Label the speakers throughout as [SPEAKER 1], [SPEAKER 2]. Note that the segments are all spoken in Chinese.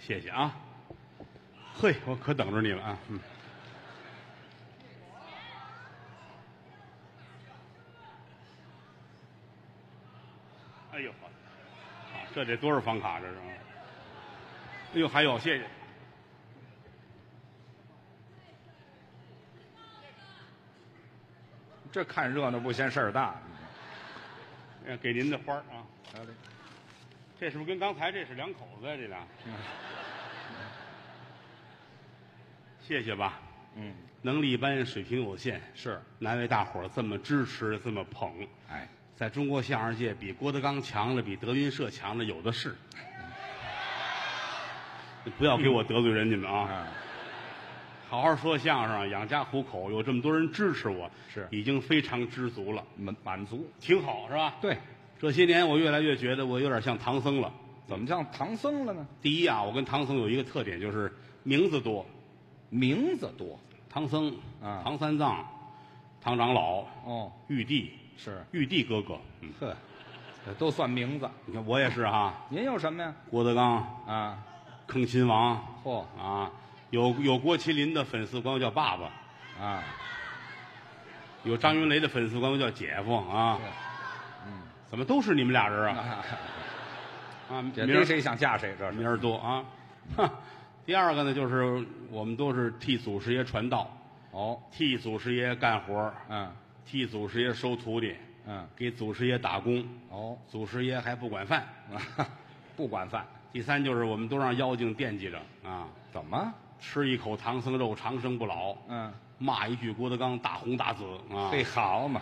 [SPEAKER 1] 谢谢啊。嘿，我可等着你了啊！嗯，哎呦，好，啊，这得多少房卡这是？啊哎呦，还有，谢谢。
[SPEAKER 2] 这看热闹不嫌事儿大。
[SPEAKER 1] 哎给您的花儿啊，
[SPEAKER 2] 好嘞
[SPEAKER 1] 这是不是跟刚才这是两口子呀、这俩，谢谢吧。
[SPEAKER 2] 嗯，
[SPEAKER 1] 能力一般，水平有限，
[SPEAKER 2] 是，
[SPEAKER 1] 难为大伙儿这么支持，这么捧。
[SPEAKER 2] 哎，
[SPEAKER 1] 在中国相声界，比郭德纲强了，比德云社强了，有的 是。不要给我得罪人，你们啊！
[SPEAKER 2] 啊，
[SPEAKER 1] 好好说相声，养家糊口，有这么多人支持我，
[SPEAKER 2] 是
[SPEAKER 1] 已经非常知足了，
[SPEAKER 2] 满满足。
[SPEAKER 1] 挺好，是吧？
[SPEAKER 2] 对，
[SPEAKER 1] 这些年我越来越觉得我有点像唐僧了。
[SPEAKER 2] 怎么像唐僧了呢？
[SPEAKER 1] 第一啊，我跟唐僧有一个特点，就是名字多，
[SPEAKER 2] 名字多。
[SPEAKER 1] 唐僧、
[SPEAKER 2] 啊
[SPEAKER 1] 唐三藏、唐长老、
[SPEAKER 2] 哦，
[SPEAKER 1] 玉帝、
[SPEAKER 2] 是，
[SPEAKER 1] 玉帝哥哥。嗯，
[SPEAKER 2] 呵，这都算名字。
[SPEAKER 1] 你看我也是哈，
[SPEAKER 2] 您有什么呀？
[SPEAKER 1] 郭德纲、
[SPEAKER 2] 啊，
[SPEAKER 1] 坑亲王，
[SPEAKER 2] 嚯、
[SPEAKER 1] 啊，有有郭麒麟的粉丝管我叫爸爸，
[SPEAKER 2] 啊，
[SPEAKER 1] 有张云雷的粉丝管我叫姐夫啊
[SPEAKER 2] 对，嗯
[SPEAKER 1] 怎么都是你们俩人啊？
[SPEAKER 2] 啊
[SPEAKER 1] 啊，名
[SPEAKER 2] 这
[SPEAKER 1] 儿
[SPEAKER 2] 逮谁想嫁谁，这是。
[SPEAKER 1] 名儿多啊。哼，第二个呢，就是我们都是替祖师爷传道，
[SPEAKER 2] 哦，
[SPEAKER 1] 替祖师爷干活儿，
[SPEAKER 2] 嗯
[SPEAKER 1] 替祖师爷收徒弟，
[SPEAKER 2] 嗯，
[SPEAKER 1] 给祖师爷打工，
[SPEAKER 2] 哦，
[SPEAKER 1] 祖师爷还不管饭。
[SPEAKER 2] 啊不管饭，
[SPEAKER 1] 第三就是我们都让妖精惦记着啊，
[SPEAKER 2] 怎么？
[SPEAKER 1] 吃一口唐僧肉长生不老，
[SPEAKER 2] 嗯，
[SPEAKER 1] 骂一句郭德纲大红大紫啊。
[SPEAKER 2] 这好嘛？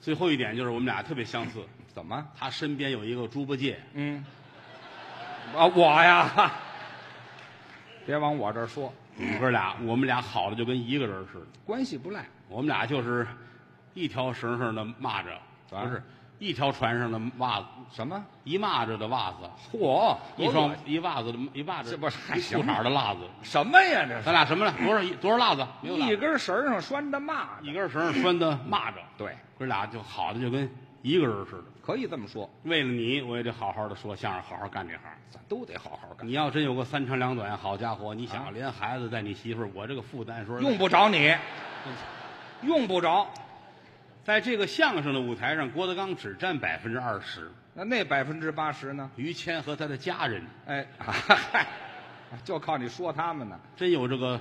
[SPEAKER 1] 最后一点就是我们俩特别相似，
[SPEAKER 2] 怎么？
[SPEAKER 1] 他身边有一个猪八戒，
[SPEAKER 2] 嗯，啊，我 呀，别往我这儿说，
[SPEAKER 1] 我们哥俩我们俩好的就跟一个人似的，
[SPEAKER 2] 关系不赖。
[SPEAKER 1] 我们俩就是一条绳上的蚂蚱，
[SPEAKER 2] 啊
[SPEAKER 1] 不是一条船上的袜子，
[SPEAKER 2] 什么？
[SPEAKER 1] 一蚂蚱的袜子，
[SPEAKER 2] 嚯，
[SPEAKER 1] 一
[SPEAKER 2] 多恶
[SPEAKER 1] 双
[SPEAKER 2] 心
[SPEAKER 1] 一袜子的一袜子，
[SPEAKER 2] 这不是还
[SPEAKER 1] 一
[SPEAKER 2] 行啊
[SPEAKER 1] 裤衩的辣子，
[SPEAKER 2] 什么呀？这
[SPEAKER 1] 咱
[SPEAKER 2] 是
[SPEAKER 1] 俩什么了？多少一多少辣子？没有辣子
[SPEAKER 2] 一根绳上拴着蚂
[SPEAKER 1] 一
[SPEAKER 2] 蚱。
[SPEAKER 1] 根绳上拴的蚂蚱，
[SPEAKER 2] 对，
[SPEAKER 1] 哥俩就好的就跟一个人似的。
[SPEAKER 2] 可以这么说，
[SPEAKER 1] 为了你，我也得好好的说相声，好好干这行。
[SPEAKER 2] 咱都得好好干。
[SPEAKER 1] 你要真有个三长两短，好家伙，你
[SPEAKER 2] 啊
[SPEAKER 1] 想连孩子带你媳妇儿，我这个负担说
[SPEAKER 2] 用不着你，用不着。
[SPEAKER 1] 在这个相声的舞台上，郭德纲只占百分之二十，
[SPEAKER 2] 那那百分之八十呢？
[SPEAKER 1] 于谦和他的家人
[SPEAKER 2] 哎，嗨，就靠你说他们呢，
[SPEAKER 1] 真有这个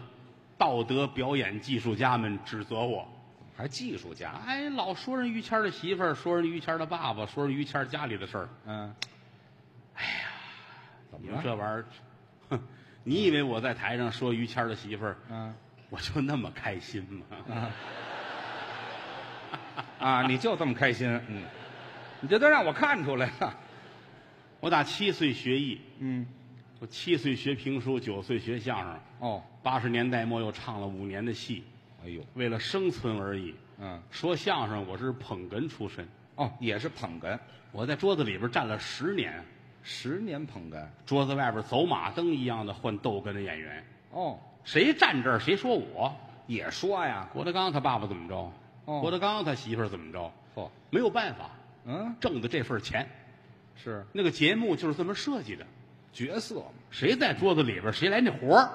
[SPEAKER 1] 道德表演技术家们指责我，
[SPEAKER 2] 还技术家。
[SPEAKER 1] 哎，老说人于谦的媳妇儿，说人于谦的爸爸，说人于谦家里的事儿，
[SPEAKER 2] 嗯，哎呀，怎
[SPEAKER 1] 你
[SPEAKER 2] 么
[SPEAKER 1] 说这
[SPEAKER 2] 了？
[SPEAKER 1] 玩意儿，哼，你以为我在台上说于谦的媳妇儿，
[SPEAKER 2] 嗯
[SPEAKER 1] 我就那么开心吗？
[SPEAKER 2] 啊，你就这么开心？嗯，你这都让我看出来了。
[SPEAKER 1] 我打七岁学艺，
[SPEAKER 2] 嗯，
[SPEAKER 1] 我七岁学评书，九岁学相声，
[SPEAKER 2] 哦，
[SPEAKER 1] 八十年代末又唱了五年的戏，
[SPEAKER 2] 哎呦，
[SPEAKER 1] 为了生存而已。
[SPEAKER 2] 嗯，
[SPEAKER 1] 说相声，我是捧哏出身，
[SPEAKER 2] 哦，也是捧哏，
[SPEAKER 1] 我在桌子里边站了十年，
[SPEAKER 2] 十年捧哏。
[SPEAKER 1] 桌子外边走马灯一样的换逗哏的演员，
[SPEAKER 2] 哦，
[SPEAKER 1] 谁站这儿谁说我。
[SPEAKER 2] 也说呀，
[SPEAKER 1] 郭德纲他爸爸怎么着？
[SPEAKER 2] 哦
[SPEAKER 1] 郭德纲他媳妇儿怎么着？
[SPEAKER 2] 嚯，
[SPEAKER 1] 没有办法，
[SPEAKER 2] 嗯，
[SPEAKER 1] 挣的这份钱，
[SPEAKER 2] 是
[SPEAKER 1] 那个节目就是这么设计的，
[SPEAKER 2] 角色嘛。
[SPEAKER 1] 谁在桌子里边谁来那活儿。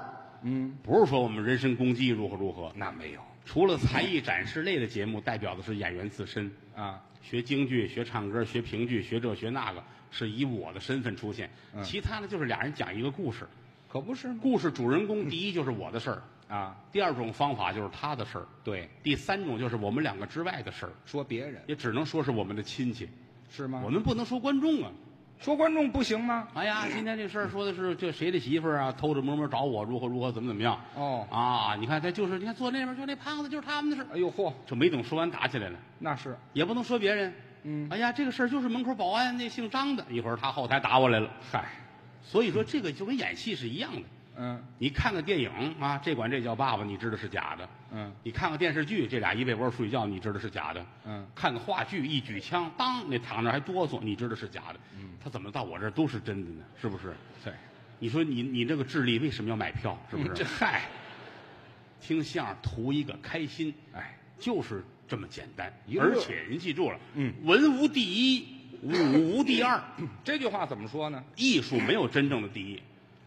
[SPEAKER 2] 嗯，
[SPEAKER 1] 不是说我们人身攻击如何如何，
[SPEAKER 2] 那没有
[SPEAKER 1] 除了才艺展示类的节目，代表的是演员自身。
[SPEAKER 2] 啊。
[SPEAKER 1] 学京剧、学唱歌、学评剧、学这学那个，是以我的身份出现。
[SPEAKER 2] 嗯
[SPEAKER 1] 其他的就是俩人讲一个故事，
[SPEAKER 2] 可不是吗？
[SPEAKER 1] 故事主人公第一就是我的事儿，
[SPEAKER 2] 啊，
[SPEAKER 1] 第二种方法就是他的事儿，
[SPEAKER 2] 对，
[SPEAKER 1] 第三种就是我们两个之外的事儿，
[SPEAKER 2] 说别人
[SPEAKER 1] 也只能说是我们的亲戚，
[SPEAKER 2] 是吗
[SPEAKER 1] 我？们不能说观众啊。
[SPEAKER 2] 说观众不行吗？
[SPEAKER 1] 哎呀，今天这事儿说的是这谁的媳妇儿啊，偷偷摸摸找我，如何如何，怎么怎么样。
[SPEAKER 2] 哦
[SPEAKER 1] 啊，你看他就是，你看坐那边就那胖子就是他们的事儿，
[SPEAKER 2] 哎呦嚯，
[SPEAKER 1] 这没等说完打起来了，
[SPEAKER 2] 那是，
[SPEAKER 1] 也不能说别人。
[SPEAKER 2] 嗯，
[SPEAKER 1] 哎呀，这个事儿就是门口保安那姓张的，一会儿他后台打我来了。
[SPEAKER 2] 嗨，
[SPEAKER 1] 所以说这个就跟演戏是一样的。
[SPEAKER 2] 嗯
[SPEAKER 1] 你看个电影啊，这管这叫爸爸，你知道是假的；
[SPEAKER 2] 嗯
[SPEAKER 1] 你看个电视剧，这俩一被窝睡觉，你知道是假的；
[SPEAKER 2] 嗯，
[SPEAKER 1] 看个话剧，一举枪，当那躺那还哆嗦，你知道是假的。他怎么到我这儿都是真的呢？是不是？
[SPEAKER 2] 对，
[SPEAKER 1] 你说你你这个智力为什么要买票？是不
[SPEAKER 2] 嗯
[SPEAKER 1] 是？
[SPEAKER 2] 这嗨，
[SPEAKER 1] 听相声图一个开心，
[SPEAKER 2] 哎，
[SPEAKER 1] 就是这么简单
[SPEAKER 2] 一。乐
[SPEAKER 1] 而且您记住了，
[SPEAKER 2] 嗯，
[SPEAKER 1] 文无第一，武无第二，
[SPEAKER 2] 这句话怎么说呢？
[SPEAKER 1] 艺术没有真正的第一，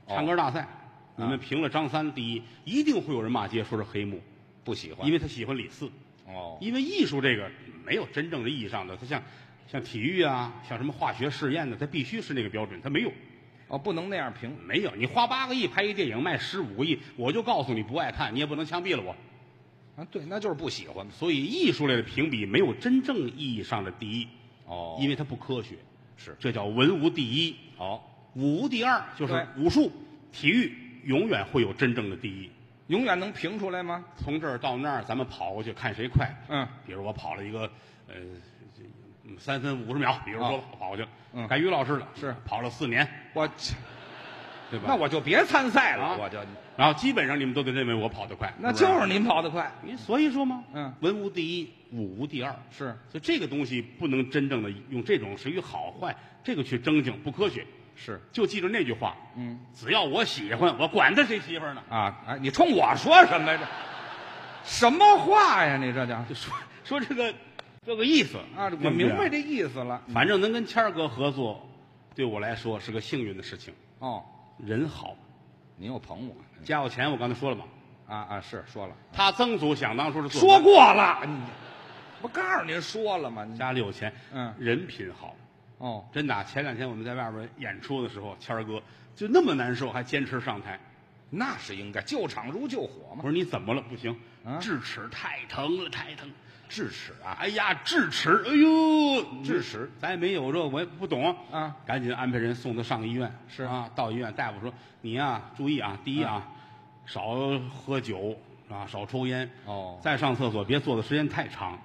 [SPEAKER 2] 哦
[SPEAKER 1] 唱歌大赛，
[SPEAKER 2] 啊
[SPEAKER 1] 你们评了张三第一，一定会有人骂街，说是黑幕，
[SPEAKER 2] 不喜欢，
[SPEAKER 1] 因为他喜欢李四。
[SPEAKER 2] 哦，
[SPEAKER 1] 因为艺术这个没有真正的意义上的，它像像体育啊，像什么化学试验的，它必须是那个标准，它没有
[SPEAKER 2] 哦，不能那样评，
[SPEAKER 1] 没有。你花八个亿拍一电影，卖十五个亿，我就告诉你不爱看，你也不能枪毙了我。
[SPEAKER 2] 啊，对，那就是不喜欢嘛。
[SPEAKER 1] 所以艺术类的评比没有真正意义上的第一，
[SPEAKER 2] 哦
[SPEAKER 1] 因为它不科学，
[SPEAKER 2] 是
[SPEAKER 1] 这叫文无第一，
[SPEAKER 2] 哦，
[SPEAKER 1] 武无第二，就是
[SPEAKER 2] 对
[SPEAKER 1] 武术、体育永远会有真正的第一。
[SPEAKER 2] 永远能评出来吗？
[SPEAKER 1] 从这儿到那儿，咱们跑过去看谁快。
[SPEAKER 2] 嗯，
[SPEAKER 1] 比如我跑了一个呃这嗯三分五十秒，比如说
[SPEAKER 2] 哦
[SPEAKER 1] 我跑过去，
[SPEAKER 2] 嗯
[SPEAKER 1] 该于老师了，
[SPEAKER 2] 是
[SPEAKER 1] 跑了四年，
[SPEAKER 2] 我
[SPEAKER 1] 对吧？
[SPEAKER 2] 那我就别参赛了，
[SPEAKER 1] 啊
[SPEAKER 2] 我就
[SPEAKER 1] 然后基本上你们都得认为我跑得快，
[SPEAKER 2] 那就是
[SPEAKER 1] 你
[SPEAKER 2] 您跑得快，
[SPEAKER 1] 你所以说嘛，
[SPEAKER 2] 嗯
[SPEAKER 1] 文无第一，武无第二，
[SPEAKER 2] 是
[SPEAKER 1] 所以这个东西不能真正的用这种谁与好坏这个去争竞，不科学。
[SPEAKER 2] 是，
[SPEAKER 1] 就记住那句话，
[SPEAKER 2] 嗯
[SPEAKER 1] 只要我喜欢，我管他谁媳妇儿呢。
[SPEAKER 2] 啊，哎，你冲我说什么呀？这什么话呀？你这叫
[SPEAKER 1] 就说 说这个这个意思
[SPEAKER 2] 啊，
[SPEAKER 1] 对不对
[SPEAKER 2] 我明白这意思了。
[SPEAKER 1] 反正能跟谦儿哥合作，对我来说是个幸运的事情。
[SPEAKER 2] 哦，
[SPEAKER 1] 人好，
[SPEAKER 2] 您又捧我
[SPEAKER 1] 家有钱，我刚才说了嘛。
[SPEAKER 2] 啊啊，是说了，
[SPEAKER 1] 他曾祖想当初是做
[SPEAKER 2] 说过了，你不告诉您说了吗？你
[SPEAKER 1] 家里有钱，
[SPEAKER 2] 嗯
[SPEAKER 1] 人品好，
[SPEAKER 2] 哦，
[SPEAKER 1] 真的啊。前两天我们在外边演出的时候，谦儿哥就那么难受，还坚持上台。
[SPEAKER 2] 那是应该，救场如救火
[SPEAKER 1] 我
[SPEAKER 2] 嘛。
[SPEAKER 1] 说你怎么了？不行
[SPEAKER 2] 啊，
[SPEAKER 1] 智齿太疼了，太疼。
[SPEAKER 2] 智齿啊，
[SPEAKER 1] 哎呀，智齿，哎呦，
[SPEAKER 2] 智齿，
[SPEAKER 1] 咱也没有这，我也不懂
[SPEAKER 2] 啊。
[SPEAKER 1] 赶紧安排人送他上医院。
[SPEAKER 2] 是
[SPEAKER 1] 啊，到医院，大夫说你呀、注意啊，第一啊，少喝酒啊，少抽烟。
[SPEAKER 2] 哦
[SPEAKER 1] 再上厕所别坐的时间太长，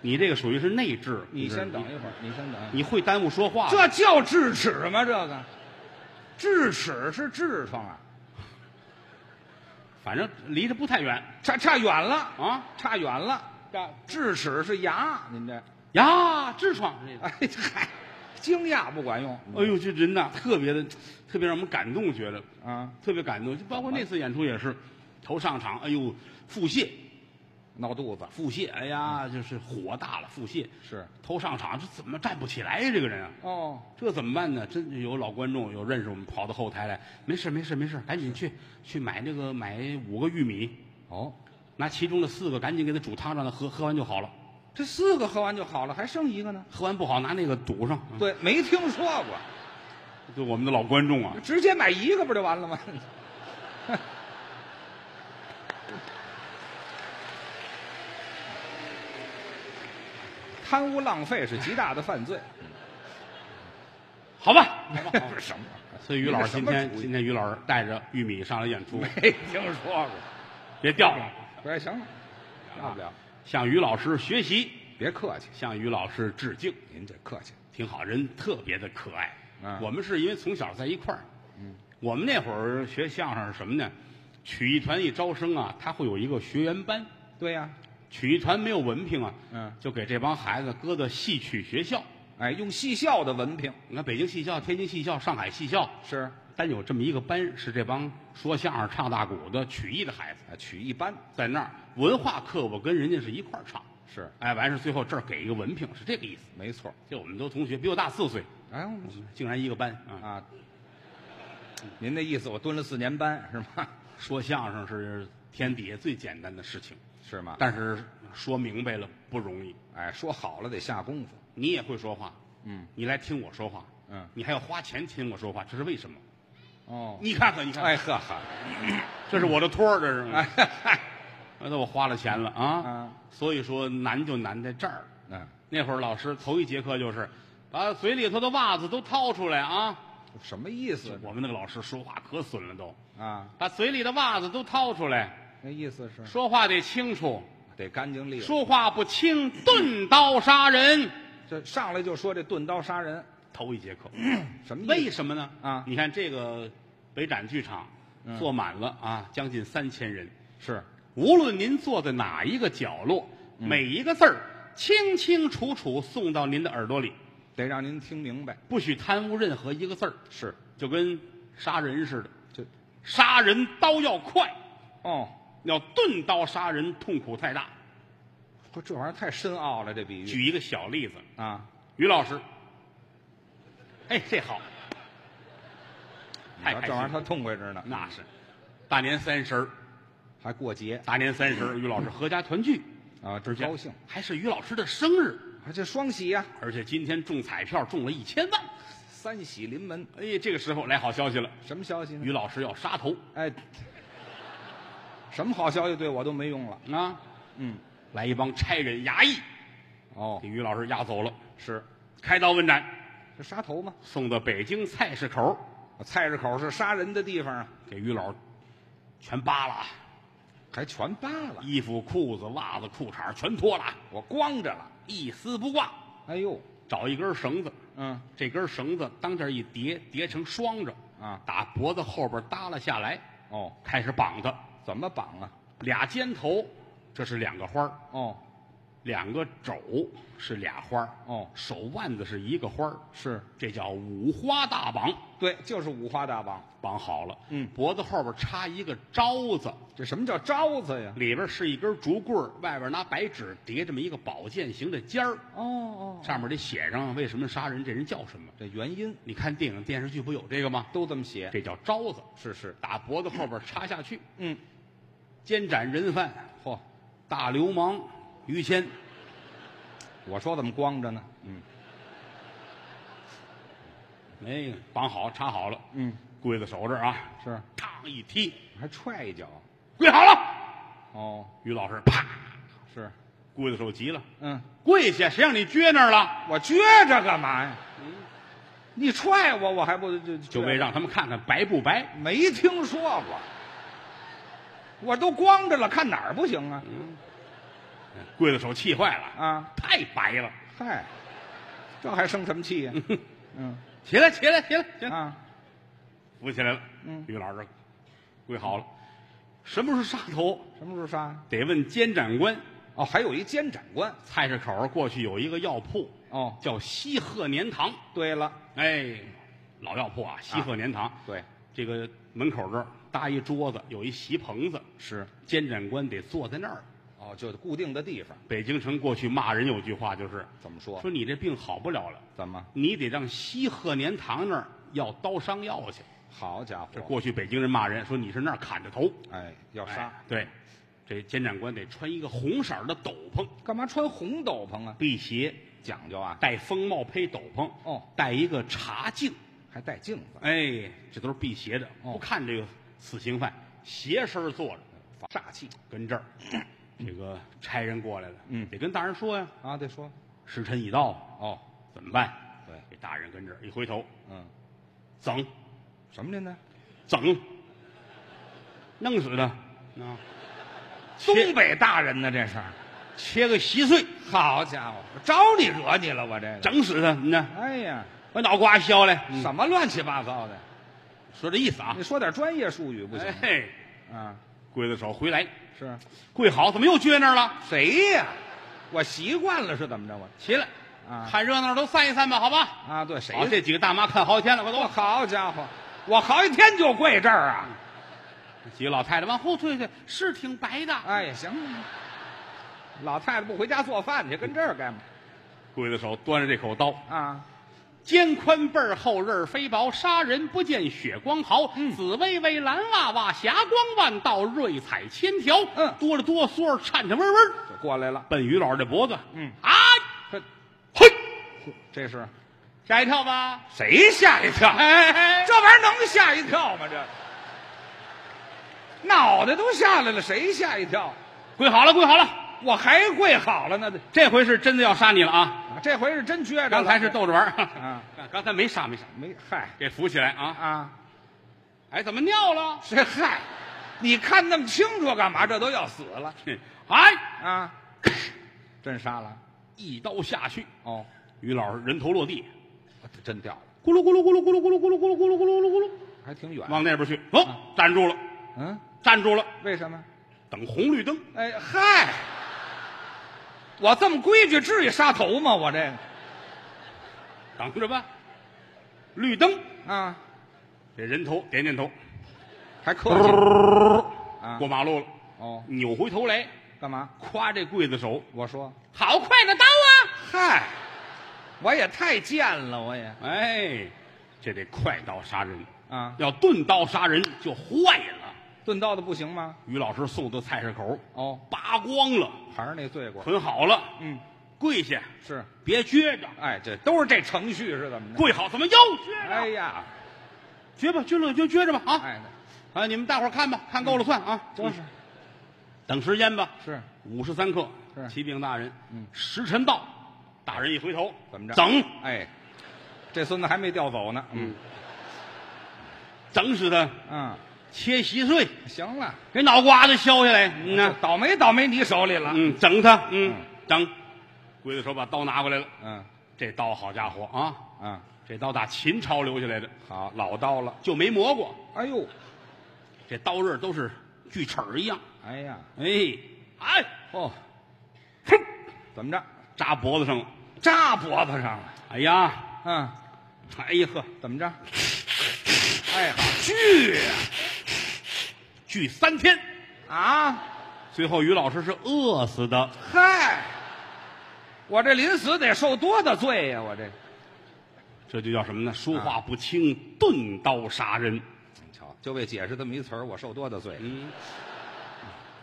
[SPEAKER 1] 你这个属于是内痔。
[SPEAKER 2] 你
[SPEAKER 1] 知道
[SPEAKER 2] 先
[SPEAKER 1] 吗
[SPEAKER 2] 等一会儿，你先等一会儿。
[SPEAKER 1] 你会耽误说话。
[SPEAKER 2] 这叫智齿吗？这个智齿是痔疮啊，
[SPEAKER 1] 反正离着不太远
[SPEAKER 2] 差差远了，
[SPEAKER 1] 啊。
[SPEAKER 2] 差远了。智齿是牙，您这
[SPEAKER 1] 呀，痔疮这个。
[SPEAKER 2] 哎嗨，惊讶不管用。
[SPEAKER 1] 哎呦，这人呐，特别的，特别让我们感动，觉得
[SPEAKER 2] 啊，
[SPEAKER 1] 特别感动。就包括那次演出也是，头上场，哎呦，腹泻，
[SPEAKER 2] 闹肚子
[SPEAKER 1] 腹泻，哎呀，就是火大了，腹泻。
[SPEAKER 2] 嗯是
[SPEAKER 1] 头上场，这怎么站不起来呀、这个人啊，
[SPEAKER 2] 哦，
[SPEAKER 1] 这怎么办呢？真有老观众有认识我们，跑到后台来，没事没事没事，赶紧去去买那个买五个玉米，
[SPEAKER 2] 哦，
[SPEAKER 1] 拿其中的四个赶紧给他煮汤，让他喝，喝完就好了。
[SPEAKER 2] 这四个喝完就好了，还剩一个呢。
[SPEAKER 1] 喝完不好拿那个堵上。
[SPEAKER 2] 嗯对，没听说过，
[SPEAKER 1] 对，我们的老观众啊，
[SPEAKER 2] 直接买一个不就完了吗？贪污浪费是极大的犯罪。
[SPEAKER 1] 好 吧。
[SPEAKER 2] 哦这是什么？
[SPEAKER 1] 所以于老师今
[SPEAKER 2] 这什么
[SPEAKER 1] 天
[SPEAKER 2] 主意
[SPEAKER 1] 今天于老师带着玉米上来演出，
[SPEAKER 2] 没听说过。
[SPEAKER 1] 别掉了，
[SPEAKER 2] 不是，行了，大不了，
[SPEAKER 1] 向于老师学习，
[SPEAKER 2] 别客气，
[SPEAKER 1] 向于老师致敬，
[SPEAKER 2] 您这客气。
[SPEAKER 1] 挺好，人特别的可爱。
[SPEAKER 2] 嗯
[SPEAKER 1] 我们是因为从小在一块儿，嗯，我们那会儿学相声是什么呢？曲艺团一招生啊，他会有一个学员班，
[SPEAKER 2] 对呀、
[SPEAKER 1] 曲艺团没有文凭啊，
[SPEAKER 2] 嗯
[SPEAKER 1] 就给这帮孩子搁到戏曲学校。
[SPEAKER 2] 哎，用戏校的文凭
[SPEAKER 1] 你看北京戏校、天津戏校、上海戏校，
[SPEAKER 2] 是
[SPEAKER 1] 单有这么一个班，是这帮说相声、唱大鼓的曲艺的孩子
[SPEAKER 2] 啊，曲一般
[SPEAKER 1] 在那儿。文化课我跟人家是一块儿上，
[SPEAKER 2] 是
[SPEAKER 1] 哎，完事最后这儿给一个文凭，是这个意思。
[SPEAKER 2] 没错。
[SPEAKER 1] 这我们都同学，比我大四岁，
[SPEAKER 2] 哎，我们
[SPEAKER 1] 竟然一个班啊！
[SPEAKER 2] 啊，您的意思我蹲了四年班是吗？
[SPEAKER 1] 说相声是天底下最简单的事情，啊
[SPEAKER 2] 是吗？
[SPEAKER 1] 但是说明白了不容易。
[SPEAKER 2] 哎，说好了得下功夫。
[SPEAKER 1] 你也会说话，
[SPEAKER 2] 嗯
[SPEAKER 1] 你来听我说话，
[SPEAKER 2] 嗯
[SPEAKER 1] 你还要花钱听我说话，这是为什么？
[SPEAKER 2] 哦，
[SPEAKER 1] 你看看，你看看，
[SPEAKER 2] 哎呵呵，
[SPEAKER 1] 这是我的托儿，这是。
[SPEAKER 2] 哎嗨，
[SPEAKER 1] 那都我花了钱了啊
[SPEAKER 2] 嗯，
[SPEAKER 1] 所以说难就难在这儿。
[SPEAKER 2] 嗯，
[SPEAKER 1] 那会儿老师头一节课就是把嘴里头的袜子都掏出来啊！
[SPEAKER 2] 什么意思
[SPEAKER 1] 我们那个老师说话可损了都，
[SPEAKER 2] 啊？
[SPEAKER 1] 把嘴里的袜子都掏出来，
[SPEAKER 2] 那意思是
[SPEAKER 1] 说话得清楚，
[SPEAKER 2] 得干净利落。
[SPEAKER 1] 说话不清钝刀杀人。
[SPEAKER 2] 这上来就说这钝刀杀人，
[SPEAKER 1] 头一节课，
[SPEAKER 2] 什么意
[SPEAKER 1] 嗯为
[SPEAKER 2] 思？
[SPEAKER 1] 什么呢？
[SPEAKER 2] 啊
[SPEAKER 1] 你看这个北展剧场
[SPEAKER 2] 嗯
[SPEAKER 1] 坐满了啊，将近三千人。
[SPEAKER 2] 是
[SPEAKER 1] 无论您坐在哪一个角落，每一个字儿清清楚楚送到您的耳朵里，
[SPEAKER 2] 得让您听明白。
[SPEAKER 1] 不许贪污任何一个字儿，
[SPEAKER 2] 是，
[SPEAKER 1] 就跟杀人似的，
[SPEAKER 2] 这
[SPEAKER 1] 杀人刀要快，
[SPEAKER 2] 哦，
[SPEAKER 1] 要钝刀杀人，痛苦太大。
[SPEAKER 2] 不，这玩意儿太深奥了，这比喻
[SPEAKER 1] 举一个小例子，
[SPEAKER 2] 啊，
[SPEAKER 1] 于老师，哎，这好，太开
[SPEAKER 2] 这
[SPEAKER 1] 心
[SPEAKER 2] 玩意
[SPEAKER 1] 了
[SPEAKER 2] 儿他痛快着呢，
[SPEAKER 1] 那是，大年三十儿
[SPEAKER 2] 还过节
[SPEAKER 1] 大年三十儿于老师合家团聚，
[SPEAKER 2] 啊，真
[SPEAKER 1] 而且
[SPEAKER 2] 高兴，
[SPEAKER 1] 还是于老师的生日，
[SPEAKER 2] 啊，这双喜呀、
[SPEAKER 1] 而且今天中彩票中了一千万。
[SPEAKER 2] 三喜临门，
[SPEAKER 1] 哎，这个时候来好消息了，
[SPEAKER 2] 什么消息
[SPEAKER 1] 于
[SPEAKER 2] 呢？
[SPEAKER 1] 老师要杀头
[SPEAKER 2] 哎，什么好消息对我都没用了。
[SPEAKER 1] 啊！
[SPEAKER 2] 嗯，
[SPEAKER 1] 来一帮差人衙役
[SPEAKER 2] 哦
[SPEAKER 1] 给，于老师押走了，
[SPEAKER 2] 是
[SPEAKER 1] 开刀问斩，
[SPEAKER 2] 这杀头吗？
[SPEAKER 1] 送到北京菜市口，
[SPEAKER 2] 菜市口是杀人的地方啊，
[SPEAKER 1] 给于老全扒了啊，
[SPEAKER 2] 还全扒了，
[SPEAKER 1] 衣服、裤子、袜子、裤衩全脱了啊，
[SPEAKER 2] 我光着了。
[SPEAKER 1] 一丝不挂，
[SPEAKER 2] 哎呦，
[SPEAKER 1] 找一根绳子，
[SPEAKER 2] 嗯
[SPEAKER 1] 这根绳子当这儿一叠，叠成双着，
[SPEAKER 2] 啊，
[SPEAKER 1] 打脖子后边耷拉下来，
[SPEAKER 2] 哦，
[SPEAKER 1] 开始绑他，
[SPEAKER 2] 怎么绑啊？
[SPEAKER 1] 俩肩头，这是两个花儿
[SPEAKER 2] 哦
[SPEAKER 1] 两个肘是俩花儿
[SPEAKER 2] 哦，
[SPEAKER 1] 手腕子是一个花儿
[SPEAKER 2] 是
[SPEAKER 1] 这叫五花大绑，
[SPEAKER 2] 对，就是五花大绑。
[SPEAKER 1] 绑好了，
[SPEAKER 2] 嗯
[SPEAKER 1] 脖子后边插一个招子，
[SPEAKER 2] 这什么叫招子呀？
[SPEAKER 1] 里边是一根竹棍儿，外边拿白纸叠这么一个宝剑形的尖儿，
[SPEAKER 2] 哦哦，
[SPEAKER 1] 上面得写上为什么杀人，这人叫什么。
[SPEAKER 2] 这原因
[SPEAKER 1] 你看电影电视剧不有这个吗？
[SPEAKER 2] 都这么写。
[SPEAKER 1] 这叫招子，
[SPEAKER 2] 是是，
[SPEAKER 1] 打脖子后边插下去，
[SPEAKER 2] 嗯，
[SPEAKER 1] 监斩人犯、
[SPEAKER 2] 嚯，
[SPEAKER 1] 大流氓于谦，
[SPEAKER 2] 我说怎么光着呢？嗯
[SPEAKER 1] 哎，绑好插好了，
[SPEAKER 2] 嗯，
[SPEAKER 1] 刽子手这儿啊，
[SPEAKER 2] 是，
[SPEAKER 1] 嘡一踢，
[SPEAKER 2] 还踹一脚。
[SPEAKER 1] 跪好了。
[SPEAKER 2] 哦，
[SPEAKER 1] 于老师啪，
[SPEAKER 2] 是，
[SPEAKER 1] 刽子手急了，
[SPEAKER 2] 嗯，
[SPEAKER 1] 跪下，谁让你撅那儿了？
[SPEAKER 2] 我撅着干嘛呀？你踹我，我还不就
[SPEAKER 1] 就为让他们看看白不白。
[SPEAKER 2] 没听说过，我都光着了，看哪儿不行啊？
[SPEAKER 1] 嗯刽子手气坏了，
[SPEAKER 2] 啊，
[SPEAKER 1] 太白了，
[SPEAKER 2] 嗨，这还生什 么气呀、嗯
[SPEAKER 1] 起来，起来，起来，起来，
[SPEAKER 2] 啊，
[SPEAKER 1] 扶起来了。
[SPEAKER 2] 嗯
[SPEAKER 1] 于老师跪好了。什么时候杀头？
[SPEAKER 2] 什么时候杀呀？
[SPEAKER 1] 得问监斩官。
[SPEAKER 2] 哦，还有一监斩官。
[SPEAKER 1] 菜市口过去有一个药铺，
[SPEAKER 2] 哦，
[SPEAKER 1] 叫西鹤年堂。
[SPEAKER 2] 对了，
[SPEAKER 1] 哎，老药铺啊，西鹤年堂。
[SPEAKER 2] 对，
[SPEAKER 1] 这个门口这儿搭一桌子，有一席棚子，
[SPEAKER 2] 是，
[SPEAKER 1] 监斩官得坐在那儿。
[SPEAKER 2] 哦，就固定的地方。
[SPEAKER 1] 北京城过去骂人有句话就是
[SPEAKER 2] 怎么说
[SPEAKER 1] 说？你这病好不了了，
[SPEAKER 2] 怎么？
[SPEAKER 1] 你得让西鹤年堂那儿要刀伤药去。
[SPEAKER 2] 好家
[SPEAKER 1] 这
[SPEAKER 2] 伙，
[SPEAKER 1] 过去北京人骂人说你是那儿砍着头
[SPEAKER 2] 哎，要
[SPEAKER 1] 哎
[SPEAKER 2] 杀、
[SPEAKER 1] 对，这监斩官得穿一个红色儿的斗篷，
[SPEAKER 2] 干嘛穿红斗篷啊？
[SPEAKER 1] 辟邪，
[SPEAKER 2] 讲究啊！
[SPEAKER 1] 戴风帽配斗篷，
[SPEAKER 2] 哦，
[SPEAKER 1] 戴一个茶镜，
[SPEAKER 2] 还带镜子，
[SPEAKER 1] 哎，这都是辟邪的。
[SPEAKER 2] 哦
[SPEAKER 1] 不看这个死刑犯斜身坐着，
[SPEAKER 2] 防煞气
[SPEAKER 1] 跟 这儿，这个差人过来了，
[SPEAKER 2] 嗯
[SPEAKER 1] 得跟大人说呀，
[SPEAKER 2] 啊！得说
[SPEAKER 1] 时辰已到，
[SPEAKER 2] 哦，
[SPEAKER 1] 怎么办？
[SPEAKER 2] 对，
[SPEAKER 1] 这大人跟这儿一回头，
[SPEAKER 2] 嗯，
[SPEAKER 1] 整
[SPEAKER 2] 什么人呢？
[SPEAKER 1] 整，弄死他，
[SPEAKER 2] 嗯
[SPEAKER 1] 啊，切
[SPEAKER 2] 东北大人呢？这是，
[SPEAKER 1] 切个稀碎，
[SPEAKER 2] 好家伙，招你惹你了？我这个，嗯
[SPEAKER 1] 整死他，你呢？
[SPEAKER 2] 哎呀，
[SPEAKER 1] 把脑瓜削来，
[SPEAKER 2] 什么乱七八糟的？
[SPEAKER 1] 说这意思啊
[SPEAKER 2] 你。说点专业术嗯语不行吗？
[SPEAKER 1] 哎，
[SPEAKER 2] 啊，
[SPEAKER 1] 刽子手回来，
[SPEAKER 2] 是
[SPEAKER 1] 跪好，怎么又撅那儿了？
[SPEAKER 2] 谁呀？我习惯了是怎么着？我
[SPEAKER 1] 起来，
[SPEAKER 2] 啊
[SPEAKER 1] 看热闹都散一散吧，好吧？
[SPEAKER 2] 啊，对，谁
[SPEAKER 1] 好，这几个大妈看好几天了，快
[SPEAKER 2] 我
[SPEAKER 1] 走！啊
[SPEAKER 2] 好家伙，我好几天就跪这儿啊！
[SPEAKER 1] 几个老太太往后退退，是挺白的。
[SPEAKER 2] 哎，行了，老太太不回家做饭去，跟这儿干嘛？
[SPEAKER 1] 刽子手端着这口刀，
[SPEAKER 2] 啊，
[SPEAKER 1] 肩宽背儿厚，刃儿飞薄，杀人不见血光毫。紫薇薇，蓝娃娃，霞光万道，瑞彩千条。
[SPEAKER 2] 嗯
[SPEAKER 1] 哆里哆嗦，颤颤巍巍，
[SPEAKER 2] 就过来了。
[SPEAKER 1] 奔于老师这脖子。
[SPEAKER 2] 嗯
[SPEAKER 1] 啊，
[SPEAKER 2] 这
[SPEAKER 1] 嘿，
[SPEAKER 2] 这是
[SPEAKER 1] 吓一跳吧？
[SPEAKER 2] 谁吓一跳？
[SPEAKER 1] 哎哎，
[SPEAKER 2] 这玩意儿能吓一跳吗？这脑袋都下来了，谁吓一跳？
[SPEAKER 1] 跪好了，跪好了，
[SPEAKER 2] 我还跪好了呢，
[SPEAKER 1] 这回是真的要杀你了啊！
[SPEAKER 2] 啊这回是真撅着了。
[SPEAKER 1] 刚才是逗着玩儿，
[SPEAKER 2] 啊，
[SPEAKER 1] 嗯刚才没杀没杀，
[SPEAKER 2] 没嗨
[SPEAKER 1] 给扶起来啊！
[SPEAKER 2] 啊，
[SPEAKER 1] 哎，怎么尿了？
[SPEAKER 2] 这嗨，你看那么清楚干嘛？这都要死了
[SPEAKER 1] 哼哎，
[SPEAKER 2] 啊！真杀了
[SPEAKER 1] 一刀下去，
[SPEAKER 2] 哦，
[SPEAKER 1] 于老师人头落地，
[SPEAKER 2] 真掉了，
[SPEAKER 1] 咕噜咕噜咕噜咕噜咕噜咕噜咕噜咕噜咕噜咕噜咕噜，
[SPEAKER 2] 还挺远。
[SPEAKER 1] 往那边去。哦，站住了，
[SPEAKER 2] 嗯，
[SPEAKER 1] 站住了，
[SPEAKER 2] 为什么？
[SPEAKER 1] 等红绿灯。
[SPEAKER 2] 哎嗨，我这么规矩，至于杀头吗？我这个
[SPEAKER 1] 等着吧，绿灯，
[SPEAKER 2] 啊，
[SPEAKER 1] 这人头点点头，
[SPEAKER 2] 还客气啊
[SPEAKER 1] 过马路了，
[SPEAKER 2] 哦，
[SPEAKER 1] 扭回头来，
[SPEAKER 2] 干嘛？
[SPEAKER 1] 夸这刽子手，
[SPEAKER 2] 我说
[SPEAKER 1] 好快的刀啊！
[SPEAKER 2] 嗨，我也太贱了，我也
[SPEAKER 1] 哎，这得快刀杀人，
[SPEAKER 2] 啊，
[SPEAKER 1] 要钝刀杀人就坏了。
[SPEAKER 2] 钝刀的不行吗？
[SPEAKER 1] 于老师送到菜市口，
[SPEAKER 2] 哦，
[SPEAKER 1] 扒光了，
[SPEAKER 2] 还是那罪过。
[SPEAKER 1] 捆好了，
[SPEAKER 2] 嗯，
[SPEAKER 1] 跪下，
[SPEAKER 2] 是，
[SPEAKER 1] 别撅着，
[SPEAKER 2] 哎，这都是这程序是怎么着？
[SPEAKER 1] 跪好，怎么又撅着？
[SPEAKER 2] 哎呀，
[SPEAKER 1] 撅吧，撅了就撅着吧啊！
[SPEAKER 2] 哎，
[SPEAKER 1] 啊，你们大伙儿看吧，看够了算啊。
[SPEAKER 2] 多是
[SPEAKER 1] 嗯等时间吧，
[SPEAKER 2] 是，
[SPEAKER 1] 五十三刻，
[SPEAKER 2] 是
[SPEAKER 1] 启禀大人，
[SPEAKER 2] 嗯
[SPEAKER 1] 时辰到，大人一回头，
[SPEAKER 2] 怎么着
[SPEAKER 1] 整
[SPEAKER 2] 哎，这孙子还没调走呢。嗯
[SPEAKER 1] 整死他，
[SPEAKER 2] 嗯，
[SPEAKER 1] 切稀碎，
[SPEAKER 2] 行了，
[SPEAKER 1] 给脑瓜子削下来。嗯呐
[SPEAKER 2] 这，倒霉倒霉你手里了。
[SPEAKER 1] 嗯，整他，嗯
[SPEAKER 2] 嗯，
[SPEAKER 1] 整。刽子手把刀拿过来了，
[SPEAKER 2] 嗯
[SPEAKER 1] 这刀好家伙啊，
[SPEAKER 2] 嗯，
[SPEAKER 1] 这刀打秦朝留下来的，
[SPEAKER 2] 好，老刀了。
[SPEAKER 1] 就没磨过，
[SPEAKER 2] 哎呦，
[SPEAKER 1] 这刀刃都是锯齿儿一样。
[SPEAKER 2] 哎呀，
[SPEAKER 1] 哎，哎，
[SPEAKER 2] 哦，
[SPEAKER 1] 哼，
[SPEAKER 2] 怎么着？
[SPEAKER 1] 扎脖子上了。
[SPEAKER 2] 扎脖子上了。
[SPEAKER 1] 哎呀，
[SPEAKER 2] 嗯，
[SPEAKER 1] 哎呀呵，
[SPEAKER 2] 怎么着？哎，好
[SPEAKER 1] 锯啊，锯三天，
[SPEAKER 2] 啊，
[SPEAKER 1] 最后于老师是饿死的。
[SPEAKER 2] 嗨，我这临死得受多大罪呀、我这，
[SPEAKER 1] 这就叫什么呢？说话不清，钝刀杀人。
[SPEAKER 2] 你瞧，就为解释这么一词儿，我受多大罪、
[SPEAKER 1] 嗯，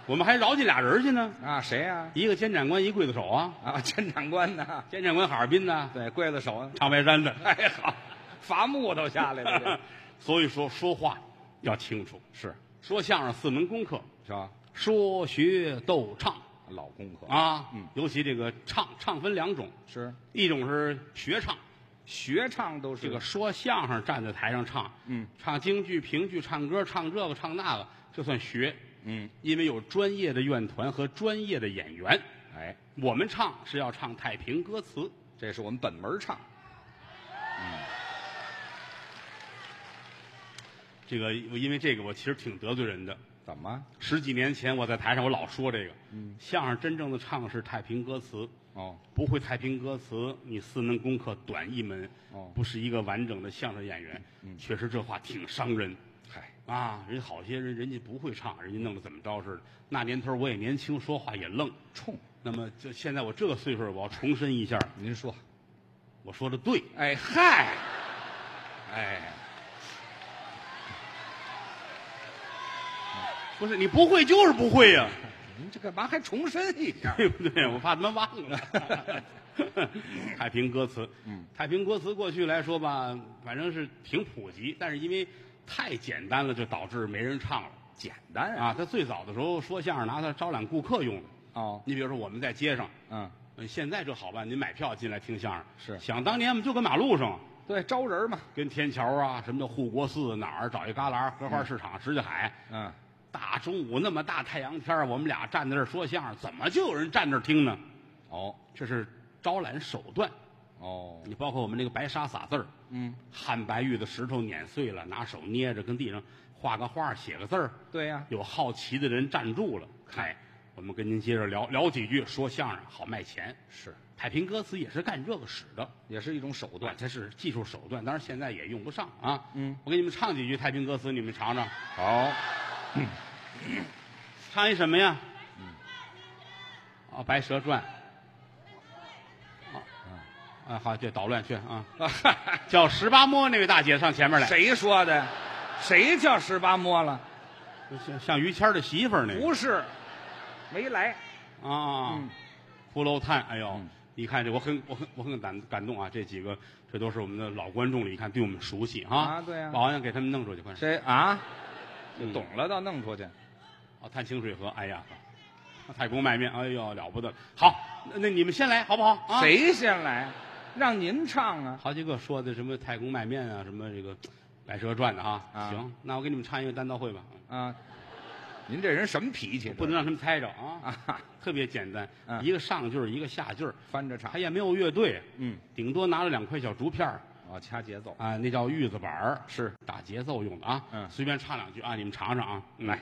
[SPEAKER 1] 我们还饶进俩人去呢，
[SPEAKER 2] 啊？谁呀、
[SPEAKER 1] 一个监斩官，一刽子手啊。
[SPEAKER 2] 啊？ 监斩官呐，
[SPEAKER 1] 监斩官哈尔滨的，
[SPEAKER 2] 对，刽子手，
[SPEAKER 1] 长白山的。
[SPEAKER 2] 哎好，伐木头下来的，
[SPEAKER 1] 所以说说话要清楚。
[SPEAKER 2] 这 是
[SPEAKER 1] 说相声四门功课：
[SPEAKER 2] 是吧？
[SPEAKER 1] 说、学、逗、唱
[SPEAKER 2] 老功课
[SPEAKER 1] 啊。
[SPEAKER 2] 嗯
[SPEAKER 1] 尤其这个唱，唱分两种，
[SPEAKER 2] 是
[SPEAKER 1] 一种是学唱，
[SPEAKER 2] 学唱都是
[SPEAKER 1] 这个说相声站在台上唱，
[SPEAKER 2] 嗯
[SPEAKER 1] 唱京剧、评剧、唱歌、唱这个、唱那个，这算学。
[SPEAKER 2] 嗯，
[SPEAKER 1] 因为有专业的乐团和专业的演员，
[SPEAKER 2] 哎，
[SPEAKER 1] 我们唱是要唱太平歌词，
[SPEAKER 2] 这是我们本门唱，
[SPEAKER 1] 这个因为这个我其实挺得罪人的。
[SPEAKER 2] 怎么？
[SPEAKER 1] 十几年前我在台上我老说这个，
[SPEAKER 2] 嗯
[SPEAKER 1] 相声真正的唱是太平歌词，
[SPEAKER 2] 哦，
[SPEAKER 1] 不会太平歌词，你四门功课短一门，
[SPEAKER 2] 哦
[SPEAKER 1] 不是一个完整的相声演员。
[SPEAKER 2] 嗯
[SPEAKER 1] 确实这话挺伤人
[SPEAKER 2] 嗨，
[SPEAKER 1] 啊！人好些人人家不会唱，人家弄得怎么着似的。那年头我也年轻，说话也愣。
[SPEAKER 2] 冲
[SPEAKER 1] 那么就现在我这个岁数，我要重申一下，
[SPEAKER 2] 您说，
[SPEAKER 1] 我说的对，
[SPEAKER 2] 哎嗨，哎，
[SPEAKER 1] 不是你不会就是不会呀、
[SPEAKER 2] 您这干嘛还重申一下？
[SPEAKER 1] 对不对？我怕他们忘了。太平歌词，
[SPEAKER 2] 嗯，
[SPEAKER 1] 太平歌词过去来说吧，反正是挺普及，但是因为太简单了，就导致没人唱了。
[SPEAKER 2] 简单啊，
[SPEAKER 1] 啊，他最早的时候说相声拿它招揽顾客用的。
[SPEAKER 2] 哦，
[SPEAKER 1] 你比如说我们在街上，
[SPEAKER 2] 嗯，
[SPEAKER 1] 呃现在这好办，您买票进来听相声。
[SPEAKER 2] 是
[SPEAKER 1] 想当年我们就搁马路上，
[SPEAKER 2] 对，招人嘛，
[SPEAKER 1] 跟天桥啊，什么的护国寺哪儿找一旮旯，荷花市场、石家海，
[SPEAKER 2] 嗯，
[SPEAKER 1] 大中午那么大太阳天儿我们俩站在这儿说相声，怎么就有人站那儿听呢？
[SPEAKER 2] 哦，
[SPEAKER 1] 这是招揽手段。
[SPEAKER 2] 哦，
[SPEAKER 1] 你包括我们这个白沙撒字儿，
[SPEAKER 2] 嗯，
[SPEAKER 1] 汉白玉的石头碾碎了，拿手捏着跟地上画个画儿，写个字儿，
[SPEAKER 2] 对呀、
[SPEAKER 1] 有好奇的人站住了，哎，我们跟您接着聊聊几句，说相声好卖钱。
[SPEAKER 2] 是，
[SPEAKER 1] 太平歌词也是干这个使的，
[SPEAKER 2] 也是一种手
[SPEAKER 1] 对，
[SPEAKER 2] 段。
[SPEAKER 1] 它是技术手段，当然现在也用不上啊。
[SPEAKER 2] 嗯，
[SPEAKER 1] 我给你们唱几句太平歌词，你们尝尝。
[SPEAKER 2] 好，
[SPEAKER 1] 唱一什么呀？嗯，哦，《白蛇传》。
[SPEAKER 2] 嗯
[SPEAKER 1] 啊，啊，好，这捣乱去啊！叫十八摸那位大姐上前面来，
[SPEAKER 2] 谁说的？谁叫十八摸了？
[SPEAKER 1] 像像于谦儿的媳妇儿那个
[SPEAKER 2] 不是，没来。
[SPEAKER 1] 啊
[SPEAKER 2] 嗯，
[SPEAKER 1] 骷髅炭，哎呦
[SPEAKER 2] 嗯，
[SPEAKER 1] 一看这我很我很我很感感动啊！这几个这都是我们的老观众了，一看对我们熟悉啊
[SPEAKER 2] 啊，对啊
[SPEAKER 1] 老王要给他们弄出去，快！
[SPEAKER 2] 谁啊？
[SPEAKER 1] 嗯
[SPEAKER 2] 懂了，倒弄出去。
[SPEAKER 1] 哦，探清水河，哎呀，太公卖面，哎呦，了不得！好，那那你们先来好不好？啊？
[SPEAKER 2] 谁先来？让您唱啊！
[SPEAKER 1] 好几个说的什么太公卖面啊，什么这个《白蛇传》的哈。
[SPEAKER 2] 啊
[SPEAKER 1] 行，那我给你们唱一个单刀会吧，
[SPEAKER 2] 啊，您这人什么脾气？
[SPEAKER 1] 不能让他们猜着啊。
[SPEAKER 2] 啊，
[SPEAKER 1] 特别简单，
[SPEAKER 2] 嗯
[SPEAKER 1] 一个上句儿一个下句儿
[SPEAKER 2] 翻着唱
[SPEAKER 1] 他。也没有乐队，
[SPEAKER 2] 嗯，
[SPEAKER 1] 顶多拿了两块小竹片儿
[SPEAKER 2] 哦，掐节奏。
[SPEAKER 1] 啊，那叫玉子板儿，
[SPEAKER 2] 是
[SPEAKER 1] 打节奏用的啊。
[SPEAKER 2] 嗯
[SPEAKER 1] 随便唱两句啊，你们尝尝啊，来。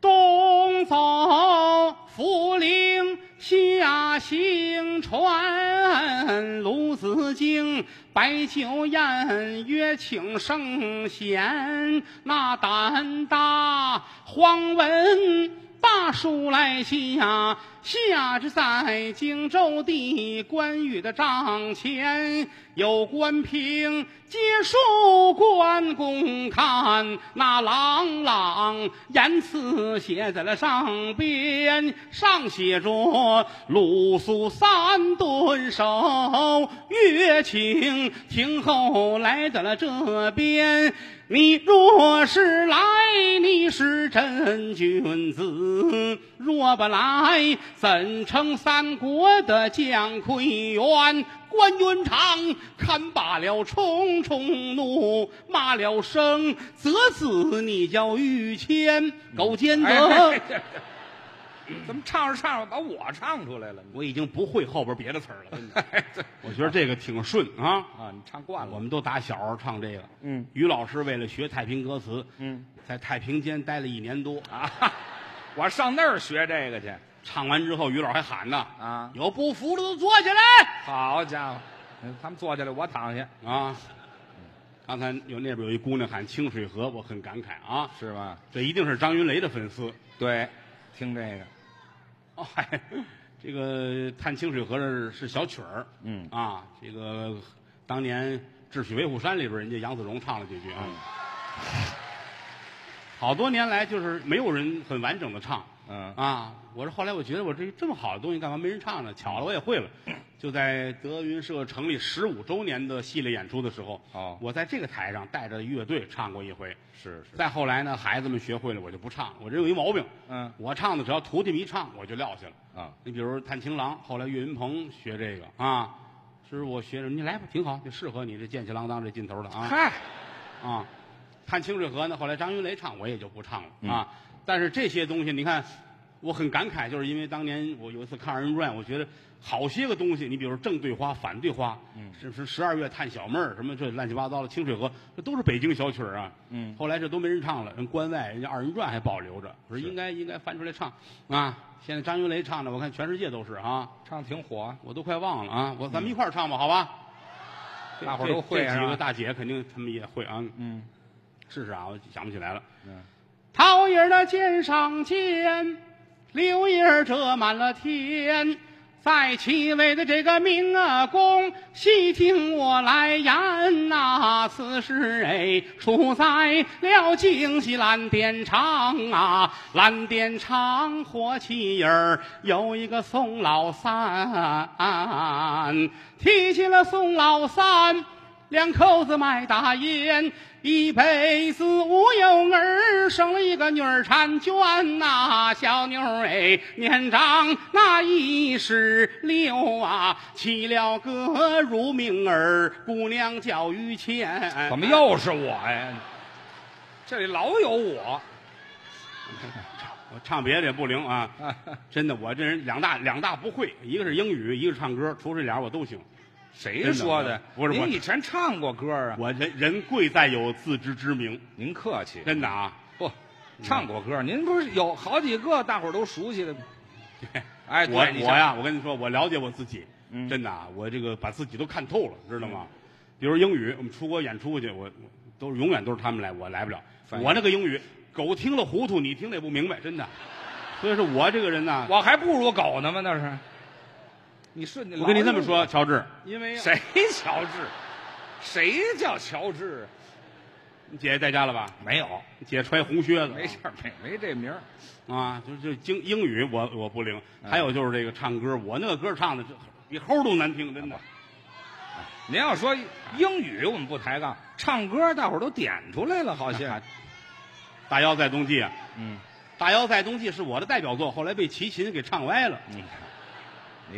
[SPEAKER 1] 东走福陵，西啊行船，鲁子敬，白酒宴，约请圣贤。那胆大黄文大叔来下，下之在荆州地，关羽的帐前。有关平接受关公看，那朗朗言辞写在了上边，上写着鲁肃三顿首，乐请听后来到了这边。你若是来，你是真君子；若不来，怎称三国的将溃员？关云长看罢了，冲冲怒，骂了声：“则子，你叫御谦，狗奸
[SPEAKER 2] 哎
[SPEAKER 1] 德。
[SPEAKER 2] 哎哎怎么唱着唱着把我唱出来了呢？
[SPEAKER 1] 我已经不会后边别的词儿了，真的
[SPEAKER 2] 哎对
[SPEAKER 1] 我觉得这个挺顺啊。
[SPEAKER 2] 啊，你唱惯
[SPEAKER 1] 我
[SPEAKER 2] 了。
[SPEAKER 1] 们都打小唱这个。
[SPEAKER 2] 嗯
[SPEAKER 1] 于老师为了学太平歌词，
[SPEAKER 2] 嗯
[SPEAKER 1] 在太平间待了一年多。
[SPEAKER 2] 啊，我上那儿学这个去
[SPEAKER 1] 唱完之后，于老还喊呢
[SPEAKER 2] 啊！
[SPEAKER 1] 有不服的都坐下来
[SPEAKER 2] 好家伙，嗯他们坐下来，我躺下，
[SPEAKER 1] 啊！刚才有那边有一姑娘喊清水河，我很感慨啊，
[SPEAKER 2] 是吧？
[SPEAKER 1] 这一定是张云雷的粉丝
[SPEAKER 2] 对，听这个，
[SPEAKER 1] 哦。嗨，这个探清水河是是小曲儿，
[SPEAKER 2] 嗯
[SPEAKER 1] 啊，这个当年《智取威虎山》里边，人家杨子荣唱了几句啊。
[SPEAKER 2] 嗯
[SPEAKER 1] 好多年来就是没有人很完整的唱，
[SPEAKER 2] 嗯
[SPEAKER 1] 啊，我是后来我觉得我这这么好的东西干嘛没人唱呢？巧了，我也会了。就在德云社成立十五周年的系列演出的时候，
[SPEAKER 2] 哦
[SPEAKER 1] 我在这个台上带着乐队唱过一回。
[SPEAKER 2] 是是，
[SPEAKER 1] 再后来呢，孩子们学会了，我就不唱。我这有一毛病，
[SPEAKER 2] 嗯
[SPEAKER 1] 我唱的只要徒弟们一唱，我就撂下了。
[SPEAKER 2] 啊，
[SPEAKER 1] 你比如探情郎，后来岳云鹏学这个啊，师傅我学着，你来吧，挺好，就适合你这剑气郎当这劲头的啊
[SPEAKER 2] 嗨，
[SPEAKER 1] 啊。看清水河呢，后来张云雷唱，我也就不唱了、
[SPEAKER 2] 嗯
[SPEAKER 1] 啊。但是这些东西，你看，我很感慨，就是因为当年我有一次看二人转，我觉得好些个东西，你比如正对花、反对花，
[SPEAKER 2] 嗯
[SPEAKER 1] 是不是十二月探小妹儿什么这乱七八糟的清水河，这都是北京小曲儿啊。
[SPEAKER 2] 嗯
[SPEAKER 1] 后来这都没人唱了，人关外人家二人转还保留着，我说
[SPEAKER 2] 是
[SPEAKER 1] 应该应该翻出来唱啊。现在张云雷唱的，我看全世界都是啊，
[SPEAKER 2] 唱挺火，
[SPEAKER 1] 我都快忘了啊。我咱们一块儿唱吧，好吧？这
[SPEAKER 2] 嗯大伙儿都会啊
[SPEAKER 1] 这这几
[SPEAKER 2] 是吧
[SPEAKER 1] 个大姐肯定他们也会啊。
[SPEAKER 2] 嗯
[SPEAKER 1] 试试啊，我想不起来了。
[SPEAKER 2] 嗯，
[SPEAKER 1] 桃叶儿的肩上肩，柳叶儿遮满了天。在其位的这个明啊公，细听我来言呐、此事哎出在了京西蓝靛厂啊，蓝靛厂火器营儿有一个宋老三， 提起了宋老三。两口子卖大烟，一辈子无有儿，生了一个女儿婵娟呐、小妞儿哎，年长那一十六啊，起了个乳名儿，姑娘叫于谦。
[SPEAKER 2] 怎么又是我呀？这里老有我，
[SPEAKER 1] 我唱别的也不灵啊！真的，我这人两大两大不会，一个是英语，一个是唱歌，除这俩我都行。
[SPEAKER 2] 谁说的？
[SPEAKER 1] 不是我
[SPEAKER 2] 您以前唱过歌啊？
[SPEAKER 1] 我人人贵在有自知之明，
[SPEAKER 2] 您客气，
[SPEAKER 1] 真的啊！
[SPEAKER 2] 不唱过歌，您不是有好几个大伙儿都熟悉的吗？
[SPEAKER 1] 对
[SPEAKER 2] 哎，
[SPEAKER 1] 我
[SPEAKER 2] 对你
[SPEAKER 1] 我
[SPEAKER 2] 像
[SPEAKER 1] 呀，我跟你说，我了解我自己，
[SPEAKER 2] 嗯
[SPEAKER 1] 真的啊，我这个把自己都看透了，知道吗？比如英语，我们出国演出去，我我都是永远都是他们来，我来不了。
[SPEAKER 2] 翻译
[SPEAKER 1] 我那个英语，狗听了糊涂，你听得也不明白，真的。所以说我这个人呢，
[SPEAKER 2] 我还不如狗呢吗？那是，你顺着
[SPEAKER 1] 我跟你这么说，，乔治，因为
[SPEAKER 2] 谁乔治？谁叫乔治啊？
[SPEAKER 1] 你姐姐在家了吧？
[SPEAKER 2] 没有，
[SPEAKER 1] 你姐穿红靴子，
[SPEAKER 2] 没事儿，没没这名儿。
[SPEAKER 1] 啊，就就英英语我我不灵，
[SPEAKER 2] 嗯
[SPEAKER 1] 还有就是这个唱歌，我那个歌唱的这比猴都难听，真的。
[SPEAKER 2] 您要说英语，我们不抬杠，唱歌大伙儿都点出来了，好像。
[SPEAKER 1] 大腰在冬季啊，
[SPEAKER 2] 嗯，
[SPEAKER 1] 大腰在冬季是我的代表作，后来被齐秦给唱歪了。
[SPEAKER 2] 嗯你看，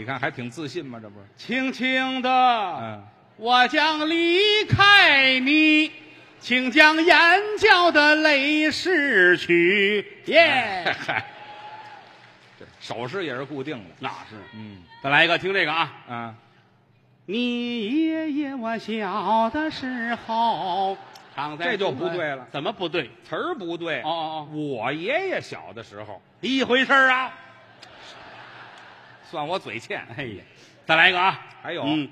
[SPEAKER 2] 你看还挺自信嘛，这不是？
[SPEAKER 1] 轻轻的，
[SPEAKER 2] 嗯，
[SPEAKER 1] 我将离开你，请将眼角的泪拭去。耶，
[SPEAKER 2] 嗨，这手势也是固定的。
[SPEAKER 1] 那是。
[SPEAKER 2] 嗯
[SPEAKER 1] 再来一个，听这个啊。
[SPEAKER 2] 啊，
[SPEAKER 1] 你爷爷我小的时候，常在
[SPEAKER 2] 这就不对了
[SPEAKER 1] 怎么不对？
[SPEAKER 2] 词儿不对。
[SPEAKER 1] 哦哦哦，
[SPEAKER 2] 我爷爷小的时候，
[SPEAKER 1] 一回事儿啊。
[SPEAKER 2] 算我嘴欠。
[SPEAKER 1] 哎呀，再来一个啊！
[SPEAKER 2] 还有
[SPEAKER 1] 嗯，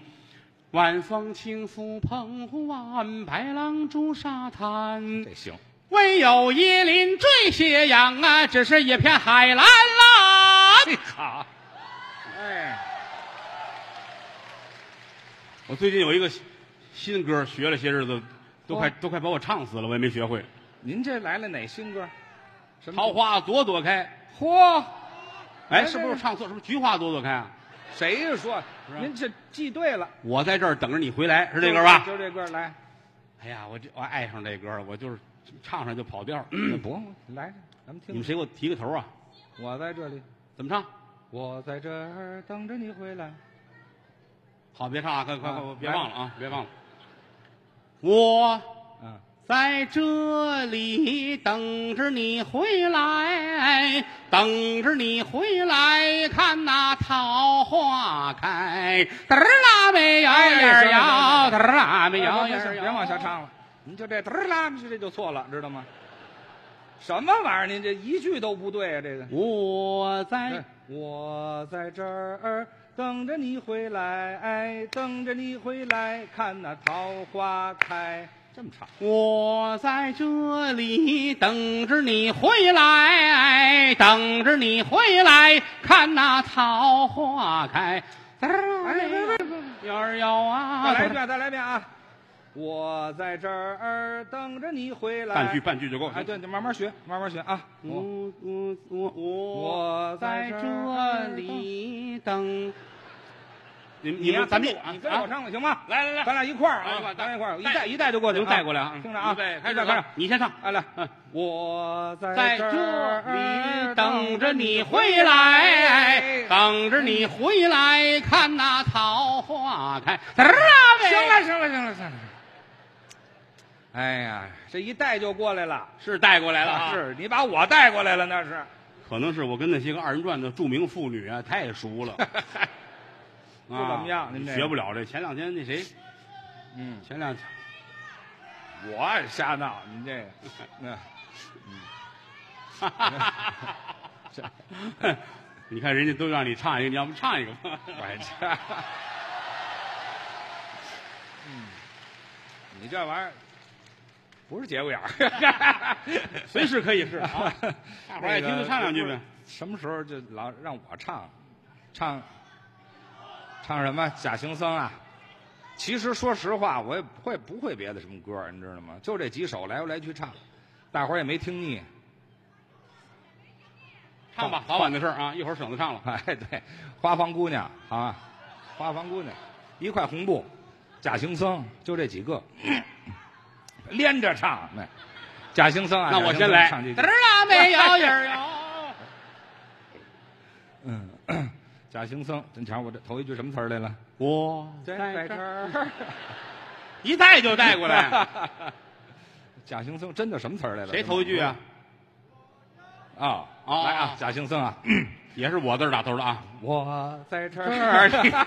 [SPEAKER 1] 晚风轻拂澎湖湾，白浪逐沙滩。
[SPEAKER 2] 这行，
[SPEAKER 1] 唯有椰林缀斜阳啊，只是一片海蓝蓝。
[SPEAKER 2] 好，哎，
[SPEAKER 1] 我最近有一个新歌学了些日子，都快、都快把我唱死了，我也没学会。
[SPEAKER 2] 您这来了哪新歌？什
[SPEAKER 1] 桃
[SPEAKER 2] 么？
[SPEAKER 1] 花朵朵开，
[SPEAKER 2] 嚯，
[SPEAKER 1] 哎，
[SPEAKER 2] 来
[SPEAKER 1] 是不是
[SPEAKER 2] 来
[SPEAKER 1] 我唱错？是不是菊花朵朵开啊？
[SPEAKER 2] 谁呀说？您这记对了，
[SPEAKER 1] 我在这儿等着你回来，是这歌吧？
[SPEAKER 2] 就这歌来。
[SPEAKER 1] 哎呀，我这我爱上这歌了，我就是唱上就跑调。
[SPEAKER 2] 哎不用来，咱们
[SPEAKER 1] 嗯 你
[SPEAKER 2] 听
[SPEAKER 1] 们。谁给我提个头啊？
[SPEAKER 2] 我在这里，
[SPEAKER 1] 怎么唱？
[SPEAKER 2] 我在这儿等着你回来。
[SPEAKER 1] 好，别唱啊！快快快，
[SPEAKER 2] 啊
[SPEAKER 1] 别忘了啊！别忘了。我
[SPEAKER 2] 啊，
[SPEAKER 1] 在这里等着你回来，等着你回来，看那桃花开，嘚儿啦呗，摇
[SPEAKER 2] 哎
[SPEAKER 1] 呀
[SPEAKER 2] 行了
[SPEAKER 1] 摇，
[SPEAKER 2] 行了
[SPEAKER 1] 嘚儿啦呗，摇
[SPEAKER 2] 行
[SPEAKER 1] 呀摇。
[SPEAKER 2] 别往下唱了，您就这嘚儿啦，这就错了，知道吗？什么玩意儿？您这一句都不对啊！这个，哎
[SPEAKER 1] 我在
[SPEAKER 2] 我在这儿等着你回来，哎，等着你回来，看那桃花开。这么唱，
[SPEAKER 1] 我在这里等着你回来，等着你回来，看那桃花开。嘚儿
[SPEAKER 2] 哎别别
[SPEAKER 1] 啊
[SPEAKER 2] 别
[SPEAKER 1] 摇儿摇啊！
[SPEAKER 2] 再来一遍，再来一遍啊！我在这儿等着你回来。
[SPEAKER 1] 半句半句就哦够。
[SPEAKER 2] 哎，对，你慢慢学，慢慢学啊。我
[SPEAKER 1] 我我我
[SPEAKER 2] 我
[SPEAKER 1] 在
[SPEAKER 2] 在
[SPEAKER 1] 这
[SPEAKER 2] 这
[SPEAKER 1] 里等。你们
[SPEAKER 2] 你呀
[SPEAKER 1] 们咱们啊
[SPEAKER 2] 跟着我你跟着我唱了行吗？
[SPEAKER 1] 来来来，
[SPEAKER 2] 咱俩一块儿
[SPEAKER 1] 来一块
[SPEAKER 2] 啊
[SPEAKER 1] 儿，
[SPEAKER 2] 咱俩一块儿，一
[SPEAKER 1] 带
[SPEAKER 2] 带一带就过去，
[SPEAKER 1] 能带过来嗯
[SPEAKER 2] 啊！听着啊，
[SPEAKER 1] 预备，开始
[SPEAKER 2] 一带开始
[SPEAKER 1] 了，，你先唱。
[SPEAKER 2] 哎来，
[SPEAKER 1] 嗯。
[SPEAKER 2] 我
[SPEAKER 1] 在
[SPEAKER 2] 在
[SPEAKER 1] 这
[SPEAKER 2] 儿
[SPEAKER 1] 里等着你回来，等着你回来，看那桃花开。嘚儿啊呗，
[SPEAKER 2] 行了，行了，行了，行了。哎呀，这一带就过来了，
[SPEAKER 1] 是带过来了啊，
[SPEAKER 2] 是你把我带过来了，那是。
[SPEAKER 1] 可能是我跟那些个二人转的著名妇女啊太熟了，啊
[SPEAKER 2] 不怎么样您这个
[SPEAKER 1] 学不了这。前两天那谁，
[SPEAKER 2] 嗯，
[SPEAKER 1] 前两天
[SPEAKER 2] 我瞎闹，你这个，嗯，
[SPEAKER 1] 哈哈 哈哈，你看人家都让你唱一个，你要不唱一个吧？
[SPEAKER 2] 我这，嗯， 你这玩意儿不是节骨眼 儿，
[SPEAKER 1] 随时可以 是啊，大伙儿爱听就唱两句呗。。
[SPEAKER 2] 什么时候就老让我唱，唱，唱什么假行僧啊？其实说实话，我也不会不会别的什么歌儿，你知道吗？就这几首来回来去唱，大伙儿也没听腻。
[SPEAKER 1] 唱吧，早晚的事儿啊，一会儿省得唱了。
[SPEAKER 2] 哎，对，花房姑娘啊，花房姑娘，一块红布，假行僧，就这几个，连着唱。那假行僧啊，
[SPEAKER 1] 那我
[SPEAKER 2] 假行
[SPEAKER 1] 先
[SPEAKER 2] 僧
[SPEAKER 1] 来，
[SPEAKER 2] 唱这
[SPEAKER 1] 嘚
[SPEAKER 2] 句
[SPEAKER 1] 儿。啦呗，摇呀摇。
[SPEAKER 2] 嗯，假行僧，你瞧我这头一句什么词儿来了？
[SPEAKER 1] 我
[SPEAKER 2] 在这 儿，。
[SPEAKER 1] 一带就带过来。
[SPEAKER 2] 假啊行僧真的什么词儿来了？
[SPEAKER 1] 谁头一句啊？
[SPEAKER 2] 啊、
[SPEAKER 1] 哦
[SPEAKER 2] 来啊，假行僧啊，
[SPEAKER 1] 也是我字儿打头的啊。
[SPEAKER 2] 我 在这
[SPEAKER 1] 儿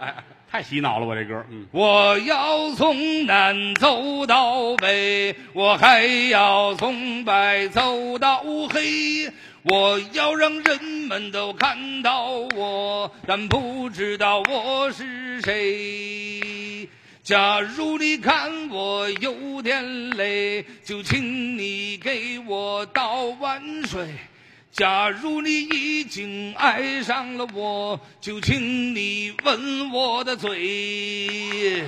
[SPEAKER 1] 哎太洗脑了，我这歌。嗯，
[SPEAKER 2] 我要从南走到北，我还要从白走到黑。我要让人们都看到我，但不知道我是谁。假如你看我有点累，就请你给我倒碗水。假如你已经爱上了我，就请你吻我的嘴。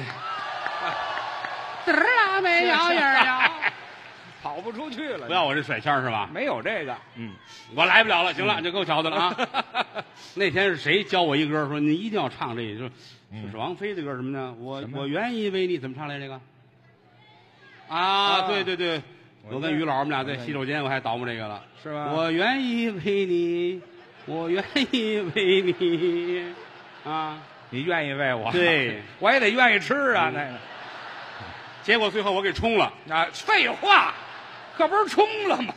[SPEAKER 1] 嘚儿啦呗，摇啊呀摇。
[SPEAKER 2] 跑不出去了，
[SPEAKER 1] 不要我这甩腔儿是吧？
[SPEAKER 2] 没有这个，嗯，
[SPEAKER 1] 我来不了了，行了，这够瞧的了 啊。那天是谁教我一歌，说你一定要唱这，就是就是王菲的歌什么呢？我
[SPEAKER 2] 嗯什么
[SPEAKER 1] 我原以为你怎么唱来这个？啊，
[SPEAKER 2] 啊
[SPEAKER 1] 对对对，
[SPEAKER 2] 我
[SPEAKER 1] 我跟
[SPEAKER 2] 这
[SPEAKER 1] 于老我们俩
[SPEAKER 2] 我
[SPEAKER 1] 在
[SPEAKER 2] 这
[SPEAKER 1] 洗手间，我还捣鼓这个了。
[SPEAKER 2] 是吧？
[SPEAKER 1] 我愿意为你，我愿意为你，啊！
[SPEAKER 2] 你愿意喂我，
[SPEAKER 1] 对，
[SPEAKER 2] 我也得愿意吃啊，
[SPEAKER 1] 嗯
[SPEAKER 2] 那个
[SPEAKER 1] 结果最后我给冲了，
[SPEAKER 2] 啊，废话，可不是冲了吗？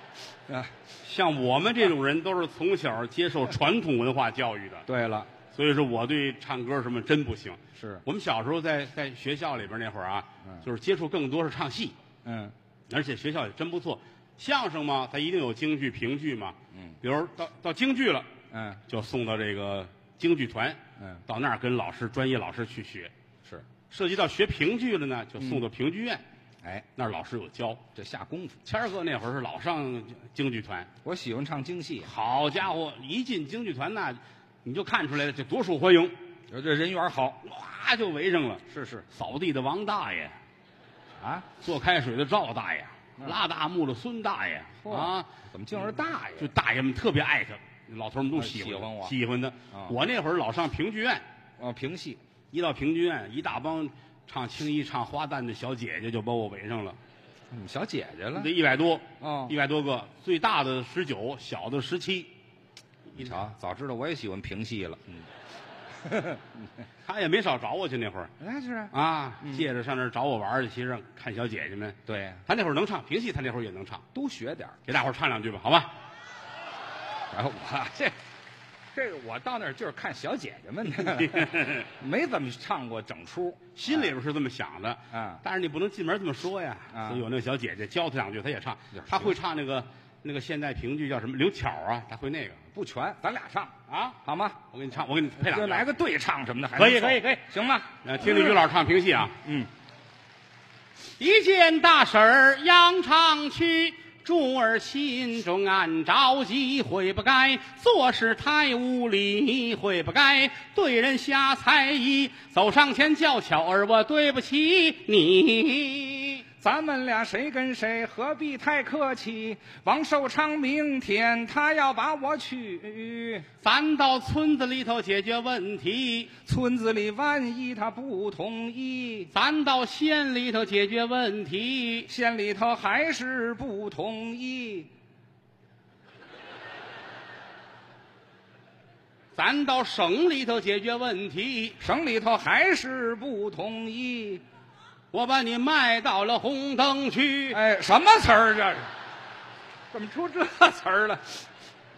[SPEAKER 2] 啊，
[SPEAKER 1] 像我们这种人都是从小接受传统文化教育的，
[SPEAKER 2] 对了，
[SPEAKER 1] 所以说我对唱歌什么真不行。
[SPEAKER 2] 是，
[SPEAKER 1] 我们小时候在在学校里边那会儿啊，
[SPEAKER 2] 嗯
[SPEAKER 1] 就是接触更多是唱戏，
[SPEAKER 2] 嗯
[SPEAKER 1] 而且学校也真不错。相声嘛，它一定有京剧、评剧嘛。
[SPEAKER 2] 嗯
[SPEAKER 1] 比如到到京剧了，
[SPEAKER 2] 嗯
[SPEAKER 1] 就送到这个京剧团，
[SPEAKER 2] 嗯，
[SPEAKER 1] 到那儿跟老师、专业老师去学。
[SPEAKER 2] 是，
[SPEAKER 1] 涉及到学评剧了呢，就
[SPEAKER 2] 嗯
[SPEAKER 1] 送到评剧院，
[SPEAKER 2] 哎，
[SPEAKER 1] 那儿老师有教。
[SPEAKER 2] 这下功夫，
[SPEAKER 1] 谦儿哥那会儿是老上京剧团，
[SPEAKER 2] 我喜欢唱京戏，啊
[SPEAKER 1] 好家伙，一进京剧团那，你就看出来了，这多受欢迎。
[SPEAKER 2] 我这人缘好，
[SPEAKER 1] 哇，啪就围上了。
[SPEAKER 2] 是是
[SPEAKER 1] 扫地的王大爷，
[SPEAKER 2] 啊，
[SPEAKER 1] 做开水的赵大爷，
[SPEAKER 2] 嗯
[SPEAKER 1] 拉大幕的孙大爷
[SPEAKER 2] 嚯
[SPEAKER 1] 啊，
[SPEAKER 2] 怎么竟是大爷？
[SPEAKER 1] 就大爷们特别爱他，老头们都
[SPEAKER 2] 啊
[SPEAKER 1] 喜欢
[SPEAKER 2] 喜欢我
[SPEAKER 1] 喜欢他。
[SPEAKER 2] 啊
[SPEAKER 1] 我那会儿老上评剧院，
[SPEAKER 2] 啊，评戏
[SPEAKER 1] 一到评剧院，一大帮唱青衣、唱花旦的小姐姐就把我围上了，
[SPEAKER 2] 你们嗯小姐姐了
[SPEAKER 1] 得一百多，
[SPEAKER 2] 哦
[SPEAKER 1] 一百多个，最大的十九，小的十七。
[SPEAKER 2] 你瞧，早知道我也喜欢评戏了。嗯，
[SPEAKER 1] 他也没少找我去那会儿
[SPEAKER 2] 那是啊，
[SPEAKER 1] 啊，借着上那儿找我玩儿去，其实让看小姐姐们。
[SPEAKER 2] 对，啊
[SPEAKER 1] 他那会儿能唱评戏，他那会儿也能唱，
[SPEAKER 2] 都学点儿。
[SPEAKER 1] 给大伙儿唱两句吧，好吧？
[SPEAKER 2] 然后我啊这这个我到那儿就是看小姐姐们 的，没怎么唱过整出。
[SPEAKER 1] 心里边是这么想的，
[SPEAKER 2] 嗯
[SPEAKER 1] 但是你不能进门这么说呀。
[SPEAKER 2] 嗯
[SPEAKER 1] 所以有那个小姐姐教他两句，他也唱
[SPEAKER 2] 也，是
[SPEAKER 1] 他会唱那个那个现代评剧叫什么《刘巧》啊，他会那个
[SPEAKER 2] 不全，咱俩唱
[SPEAKER 1] 啊。
[SPEAKER 2] 好吗？
[SPEAKER 1] 我给你唱，我给你配两
[SPEAKER 2] 就
[SPEAKER 1] 句，
[SPEAKER 2] 来个对唱什么的，还
[SPEAKER 1] 可以
[SPEAKER 2] 能
[SPEAKER 1] 可以
[SPEAKER 2] 凑
[SPEAKER 1] 可以，
[SPEAKER 2] 行吗？
[SPEAKER 1] 呃，听 听于老师唱评戏啊。
[SPEAKER 2] 嗯，
[SPEAKER 1] 一见大婶儿扬长去，珠儿心中暗着急，悔不该做事太无理，悔不该对人瞎猜疑，走上前叫巧儿，我对不起你。
[SPEAKER 2] 咱们俩谁跟谁，何必太客气？王寿昌明天他要把我娶，
[SPEAKER 1] 咱到村子里头解决问题，
[SPEAKER 2] 村子里万一他不同意，
[SPEAKER 1] 咱到县里头解决问题，
[SPEAKER 2] 县里头还是不同意。
[SPEAKER 1] 咱到省里头解决问题。
[SPEAKER 2] 省里头还是不同意。
[SPEAKER 1] 我把你卖到了红灯区，
[SPEAKER 2] 哎，什么词儿这是？怎么出这词儿了？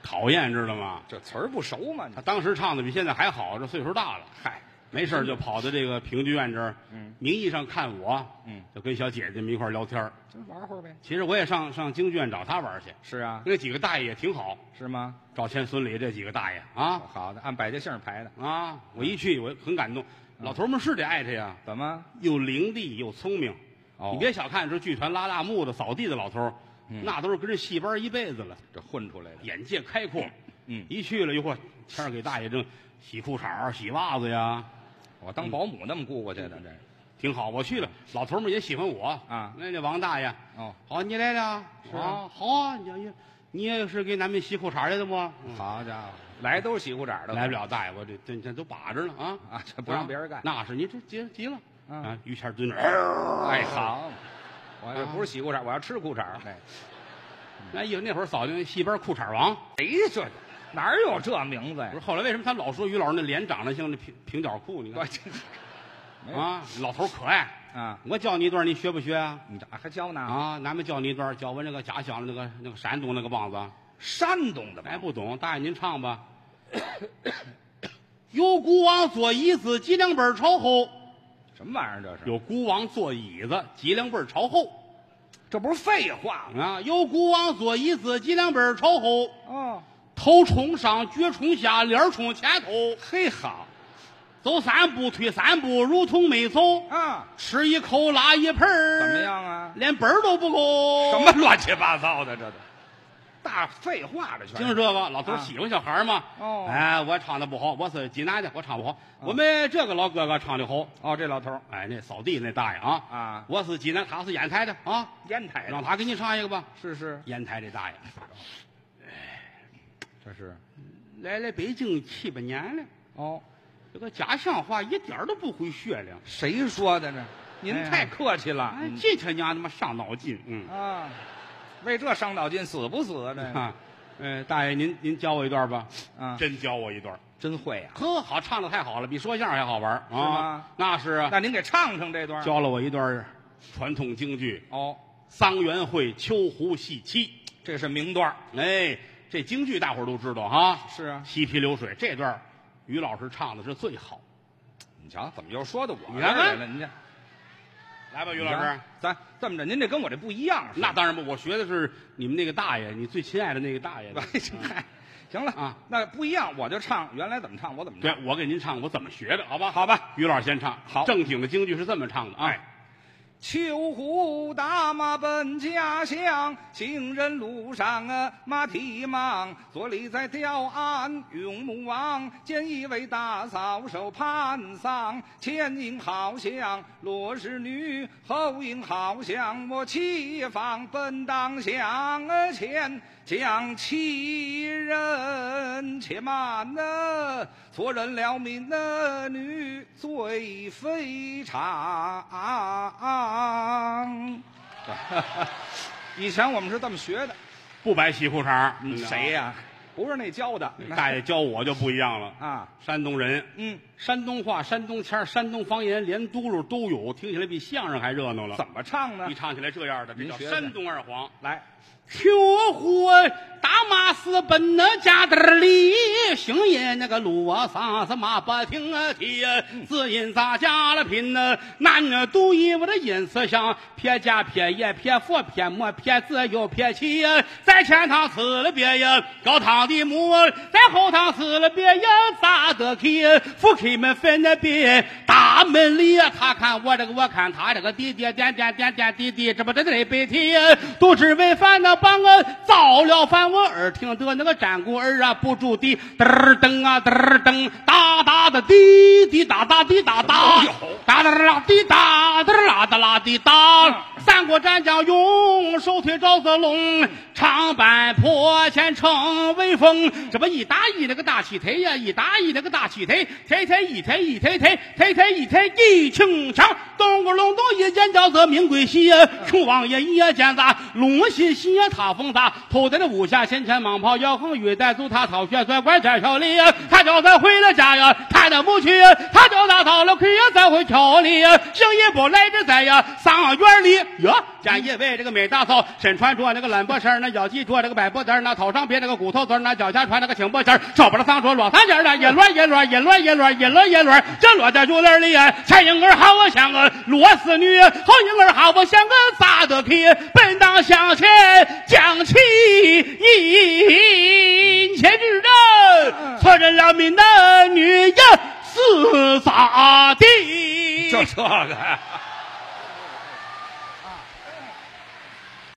[SPEAKER 1] 讨厌知道吗？
[SPEAKER 2] 这词儿不熟嘛？你
[SPEAKER 1] 他当时唱的比现在还好，这岁数大了，
[SPEAKER 2] 嗨，
[SPEAKER 1] 没事儿就跑到这个评剧院这儿，
[SPEAKER 2] 嗯，
[SPEAKER 1] 名义上看我，
[SPEAKER 2] 嗯，
[SPEAKER 1] 就跟小姐姐们一块儿聊天儿
[SPEAKER 2] 就玩会儿呗。
[SPEAKER 1] 其实我也上上京剧院找他玩儿去，
[SPEAKER 2] 是啊，
[SPEAKER 1] 那几个大爷也挺好，
[SPEAKER 2] 是吗？
[SPEAKER 1] 赵钱、孙李这几个大爷啊
[SPEAKER 2] 好的，按百家姓儿排的。
[SPEAKER 1] 啊！我一去我很感动，老头们是得爱他呀，
[SPEAKER 2] 怎么？
[SPEAKER 1] 又伶俐又聪明。
[SPEAKER 2] 哦嗯
[SPEAKER 1] 你别小看这剧团拉大幕的、扫地的老头儿，那都是跟这戏班一辈子了，
[SPEAKER 2] 这混出来的。
[SPEAKER 1] 眼界开 阔。
[SPEAKER 2] 嗯，
[SPEAKER 1] 一去了，哟嚯，谦儿给大爷正洗裤衩儿洗袜子呀，
[SPEAKER 2] 我当保姆那么雇过去的，这是
[SPEAKER 1] 挺好。我去了，老头们也喜欢我
[SPEAKER 2] 啊
[SPEAKER 1] 那那王大爷，
[SPEAKER 2] 哦，
[SPEAKER 1] 好，你来了
[SPEAKER 2] 是
[SPEAKER 1] 啊
[SPEAKER 2] 啊，
[SPEAKER 1] 好啊，你你你也是给咱们洗裤衩来的不？嗯
[SPEAKER 2] 好家伙，来都是洗裤衩的，
[SPEAKER 1] 来不了，大爷，我这这这都把着呢啊
[SPEAKER 2] 啊这不让别人干
[SPEAKER 1] 那是你这急急了
[SPEAKER 2] 嗯
[SPEAKER 1] 啊！于谦儿蹲着，哎
[SPEAKER 2] 哎，，好，我这不是洗裤衩，我要吃裤衩。哎，
[SPEAKER 1] 哎呦，那会儿扫进戏班裤衩王。
[SPEAKER 2] 谁这哪有这名字呀
[SPEAKER 1] 不是，？后来为什么他老说于老师那脸长得像那平平角裤？你
[SPEAKER 2] 我
[SPEAKER 1] 看
[SPEAKER 2] 这没有
[SPEAKER 1] 啊，老头儿可爱。
[SPEAKER 2] 啊，
[SPEAKER 1] 我教你一段，你学不学啊？
[SPEAKER 2] 你这还教呢？
[SPEAKER 1] 啊，咱们教你一段，教我那个假想的那个那个山东那个梆子，
[SPEAKER 2] 山东的吧
[SPEAKER 1] 哎，？不懂，大爷您唱吧。有孤王坐椅子，脊梁背儿朝后；
[SPEAKER 2] 什么玩意儿这是？
[SPEAKER 1] 有孤王坐椅子，脊梁背儿朝后
[SPEAKER 2] 这不是废话吗？
[SPEAKER 1] 啊。有孤王坐椅子，脊梁背儿朝后，
[SPEAKER 2] 哦，
[SPEAKER 1] 头冲上，脚冲下，脸儿冲前头，
[SPEAKER 2] 嘿好
[SPEAKER 1] 走三步退三步，如同没走。
[SPEAKER 2] 啊，
[SPEAKER 1] 吃一口拉一盆儿，
[SPEAKER 2] 怎么？样啊？
[SPEAKER 1] 连本儿都不够。
[SPEAKER 2] 什么？乱七八糟的，这都大废话，这全
[SPEAKER 1] 听着
[SPEAKER 2] 是。
[SPEAKER 1] 这个，老头儿
[SPEAKER 2] 啊
[SPEAKER 1] 喜欢小孩儿嘛。
[SPEAKER 2] 哦嗯
[SPEAKER 1] 哎，我唱的不好，我是济南的，我唱不好。我们这个老哥哥唱的好。
[SPEAKER 2] 哦，这老头儿
[SPEAKER 1] 哎，那扫地那大爷啊，
[SPEAKER 2] 啊
[SPEAKER 1] 我是济南，他是烟台的啊，
[SPEAKER 2] 烟台
[SPEAKER 1] 让
[SPEAKER 2] 的，
[SPEAKER 1] 他给你唱一个吧。
[SPEAKER 2] 是是，
[SPEAKER 1] 烟台这大爷，
[SPEAKER 2] 这是
[SPEAKER 1] 来了北京七八年了，
[SPEAKER 2] 哦，
[SPEAKER 1] 这个家乡话一点儿都不会学了。
[SPEAKER 2] 谁说的呢？您
[SPEAKER 1] 哎呀
[SPEAKER 2] 太客气了
[SPEAKER 1] 哎，今天娘他妈伤脑筋，嗯
[SPEAKER 2] 嗯啊！为这伤脑筋，死不死啊？这
[SPEAKER 1] 啊，呃，大爷您您教我一段吧，
[SPEAKER 2] 啊，
[SPEAKER 1] 真教我一段。
[SPEAKER 2] 真会啊呀！
[SPEAKER 1] 呵，好，唱的太好了，比说相声还好玩儿
[SPEAKER 2] 是吗
[SPEAKER 1] 啊！那是啊，
[SPEAKER 2] 那您给唱唱这段儿
[SPEAKER 1] 教了我一段传统京剧
[SPEAKER 2] 哦，
[SPEAKER 1] 《桑园会·秋胡戏妻
[SPEAKER 2] 这是名段儿》。
[SPEAKER 1] 哎，这京剧大伙儿都知道哈，
[SPEAKER 2] 是啊，
[SPEAKER 1] 嬉皮流水这段儿，于老师唱的是最好。
[SPEAKER 2] 你瞧，怎么又说到我
[SPEAKER 1] 你
[SPEAKER 2] 这
[SPEAKER 1] 看
[SPEAKER 2] 儿
[SPEAKER 1] 看
[SPEAKER 2] 来了？您这
[SPEAKER 1] 来吧，于老师。，
[SPEAKER 2] 咱这么着，您这跟我这不一样是吧
[SPEAKER 1] 那当然不，我学的是你们那个大爷，你最亲爱的那个大爷的。
[SPEAKER 2] 哎，行嗨，行了
[SPEAKER 1] 啊，
[SPEAKER 2] 那不一样，我就唱原来怎么唱我怎么
[SPEAKER 1] 对
[SPEAKER 2] 唱。，
[SPEAKER 1] 我给您唱我怎么学的，好吧？好吧，于老师先唱。
[SPEAKER 2] 好
[SPEAKER 1] 正经的京剧是这么唱的啊。
[SPEAKER 2] 哎，秋胡大马奔家乡，行人路上啊马蹄忙，左里在吊鞍永穆王，见一位大嫂手攀桑，前迎好像罗织女，后迎好像我妻房，奔当向啊前将其人，且慢呐、错认了民的女罪非常。 以前我们是这么学的，
[SPEAKER 1] 不白洗裤衩，你知道吗
[SPEAKER 2] 嗯谁、呀、不是那教的
[SPEAKER 1] 大爷教我就不一样了，
[SPEAKER 2] 啊，
[SPEAKER 1] 山东人，
[SPEAKER 2] 嗯，
[SPEAKER 1] 山东话、山东腔、山东方言，连嘟噜都有，听起来比相声还热闹了。
[SPEAKER 2] 怎么唱呢
[SPEAKER 1] 一？唱起来这样的，这
[SPEAKER 2] 您
[SPEAKER 1] 叫
[SPEAKER 2] 学学
[SPEAKER 1] 山东二黄。
[SPEAKER 2] 来，
[SPEAKER 1] 秋胡打马是奔那家的里，行也那个路啊，啥子马不停啊蹄啊，只因咱家了贫呐，男啊都因我的因思想，撇家撇业撇佛撇魔撇自又撇妻呀，在前堂吃了别呀，高堂的母啊，在后堂吃了别呀，咋得去呀？夫妻们分那别，大门里呀，他看我这个，我看他这个，弟弟点点点点弟弟，这不这这白提呀，都只为饭那帮我造了饭，我耳听得那个战鼓儿啊不住地嘚儿噔啊嘚儿噔，哒哒的滴滴哒哒滴哒哒
[SPEAKER 2] 什么都有，
[SPEAKER 1] 哒哒啦滴哒哒啦哒啦滴哒，三国战将勇，手推赵子龙，长坂坡前逞威风。这不一打一那个大气腿呀，一打一那个大气腿，抬抬一抬一抬抬，抬抬一抬一清强，咚咕隆咚一见叫这名贵西呀，楚王爷一夜见咱龙心西呀他封他，头戴的五下先前蟒袍摇横雨带足他草靴摔拐斩小李呀，他叫咱回了家呀，他的母去呀，他叫他到了亏呀，咱回桥里呀，行一步来着在呀，上院里哟，见一位这个美大嫂，身穿着那个蓝布衫儿，那脚系着这个白布带儿，那头上别那个骨头子儿，那脚下穿那个青布鞋儿，手不了上着裸三件儿的，一摞一摞一摞一摞一摞一摞，这摞在竹篮里呀，前英儿喊我像个罗丝女，后英儿喊我像个扎的皮，本当向前将其引前之人，错认了民男女呀，是咋的？
[SPEAKER 2] 就这个呀。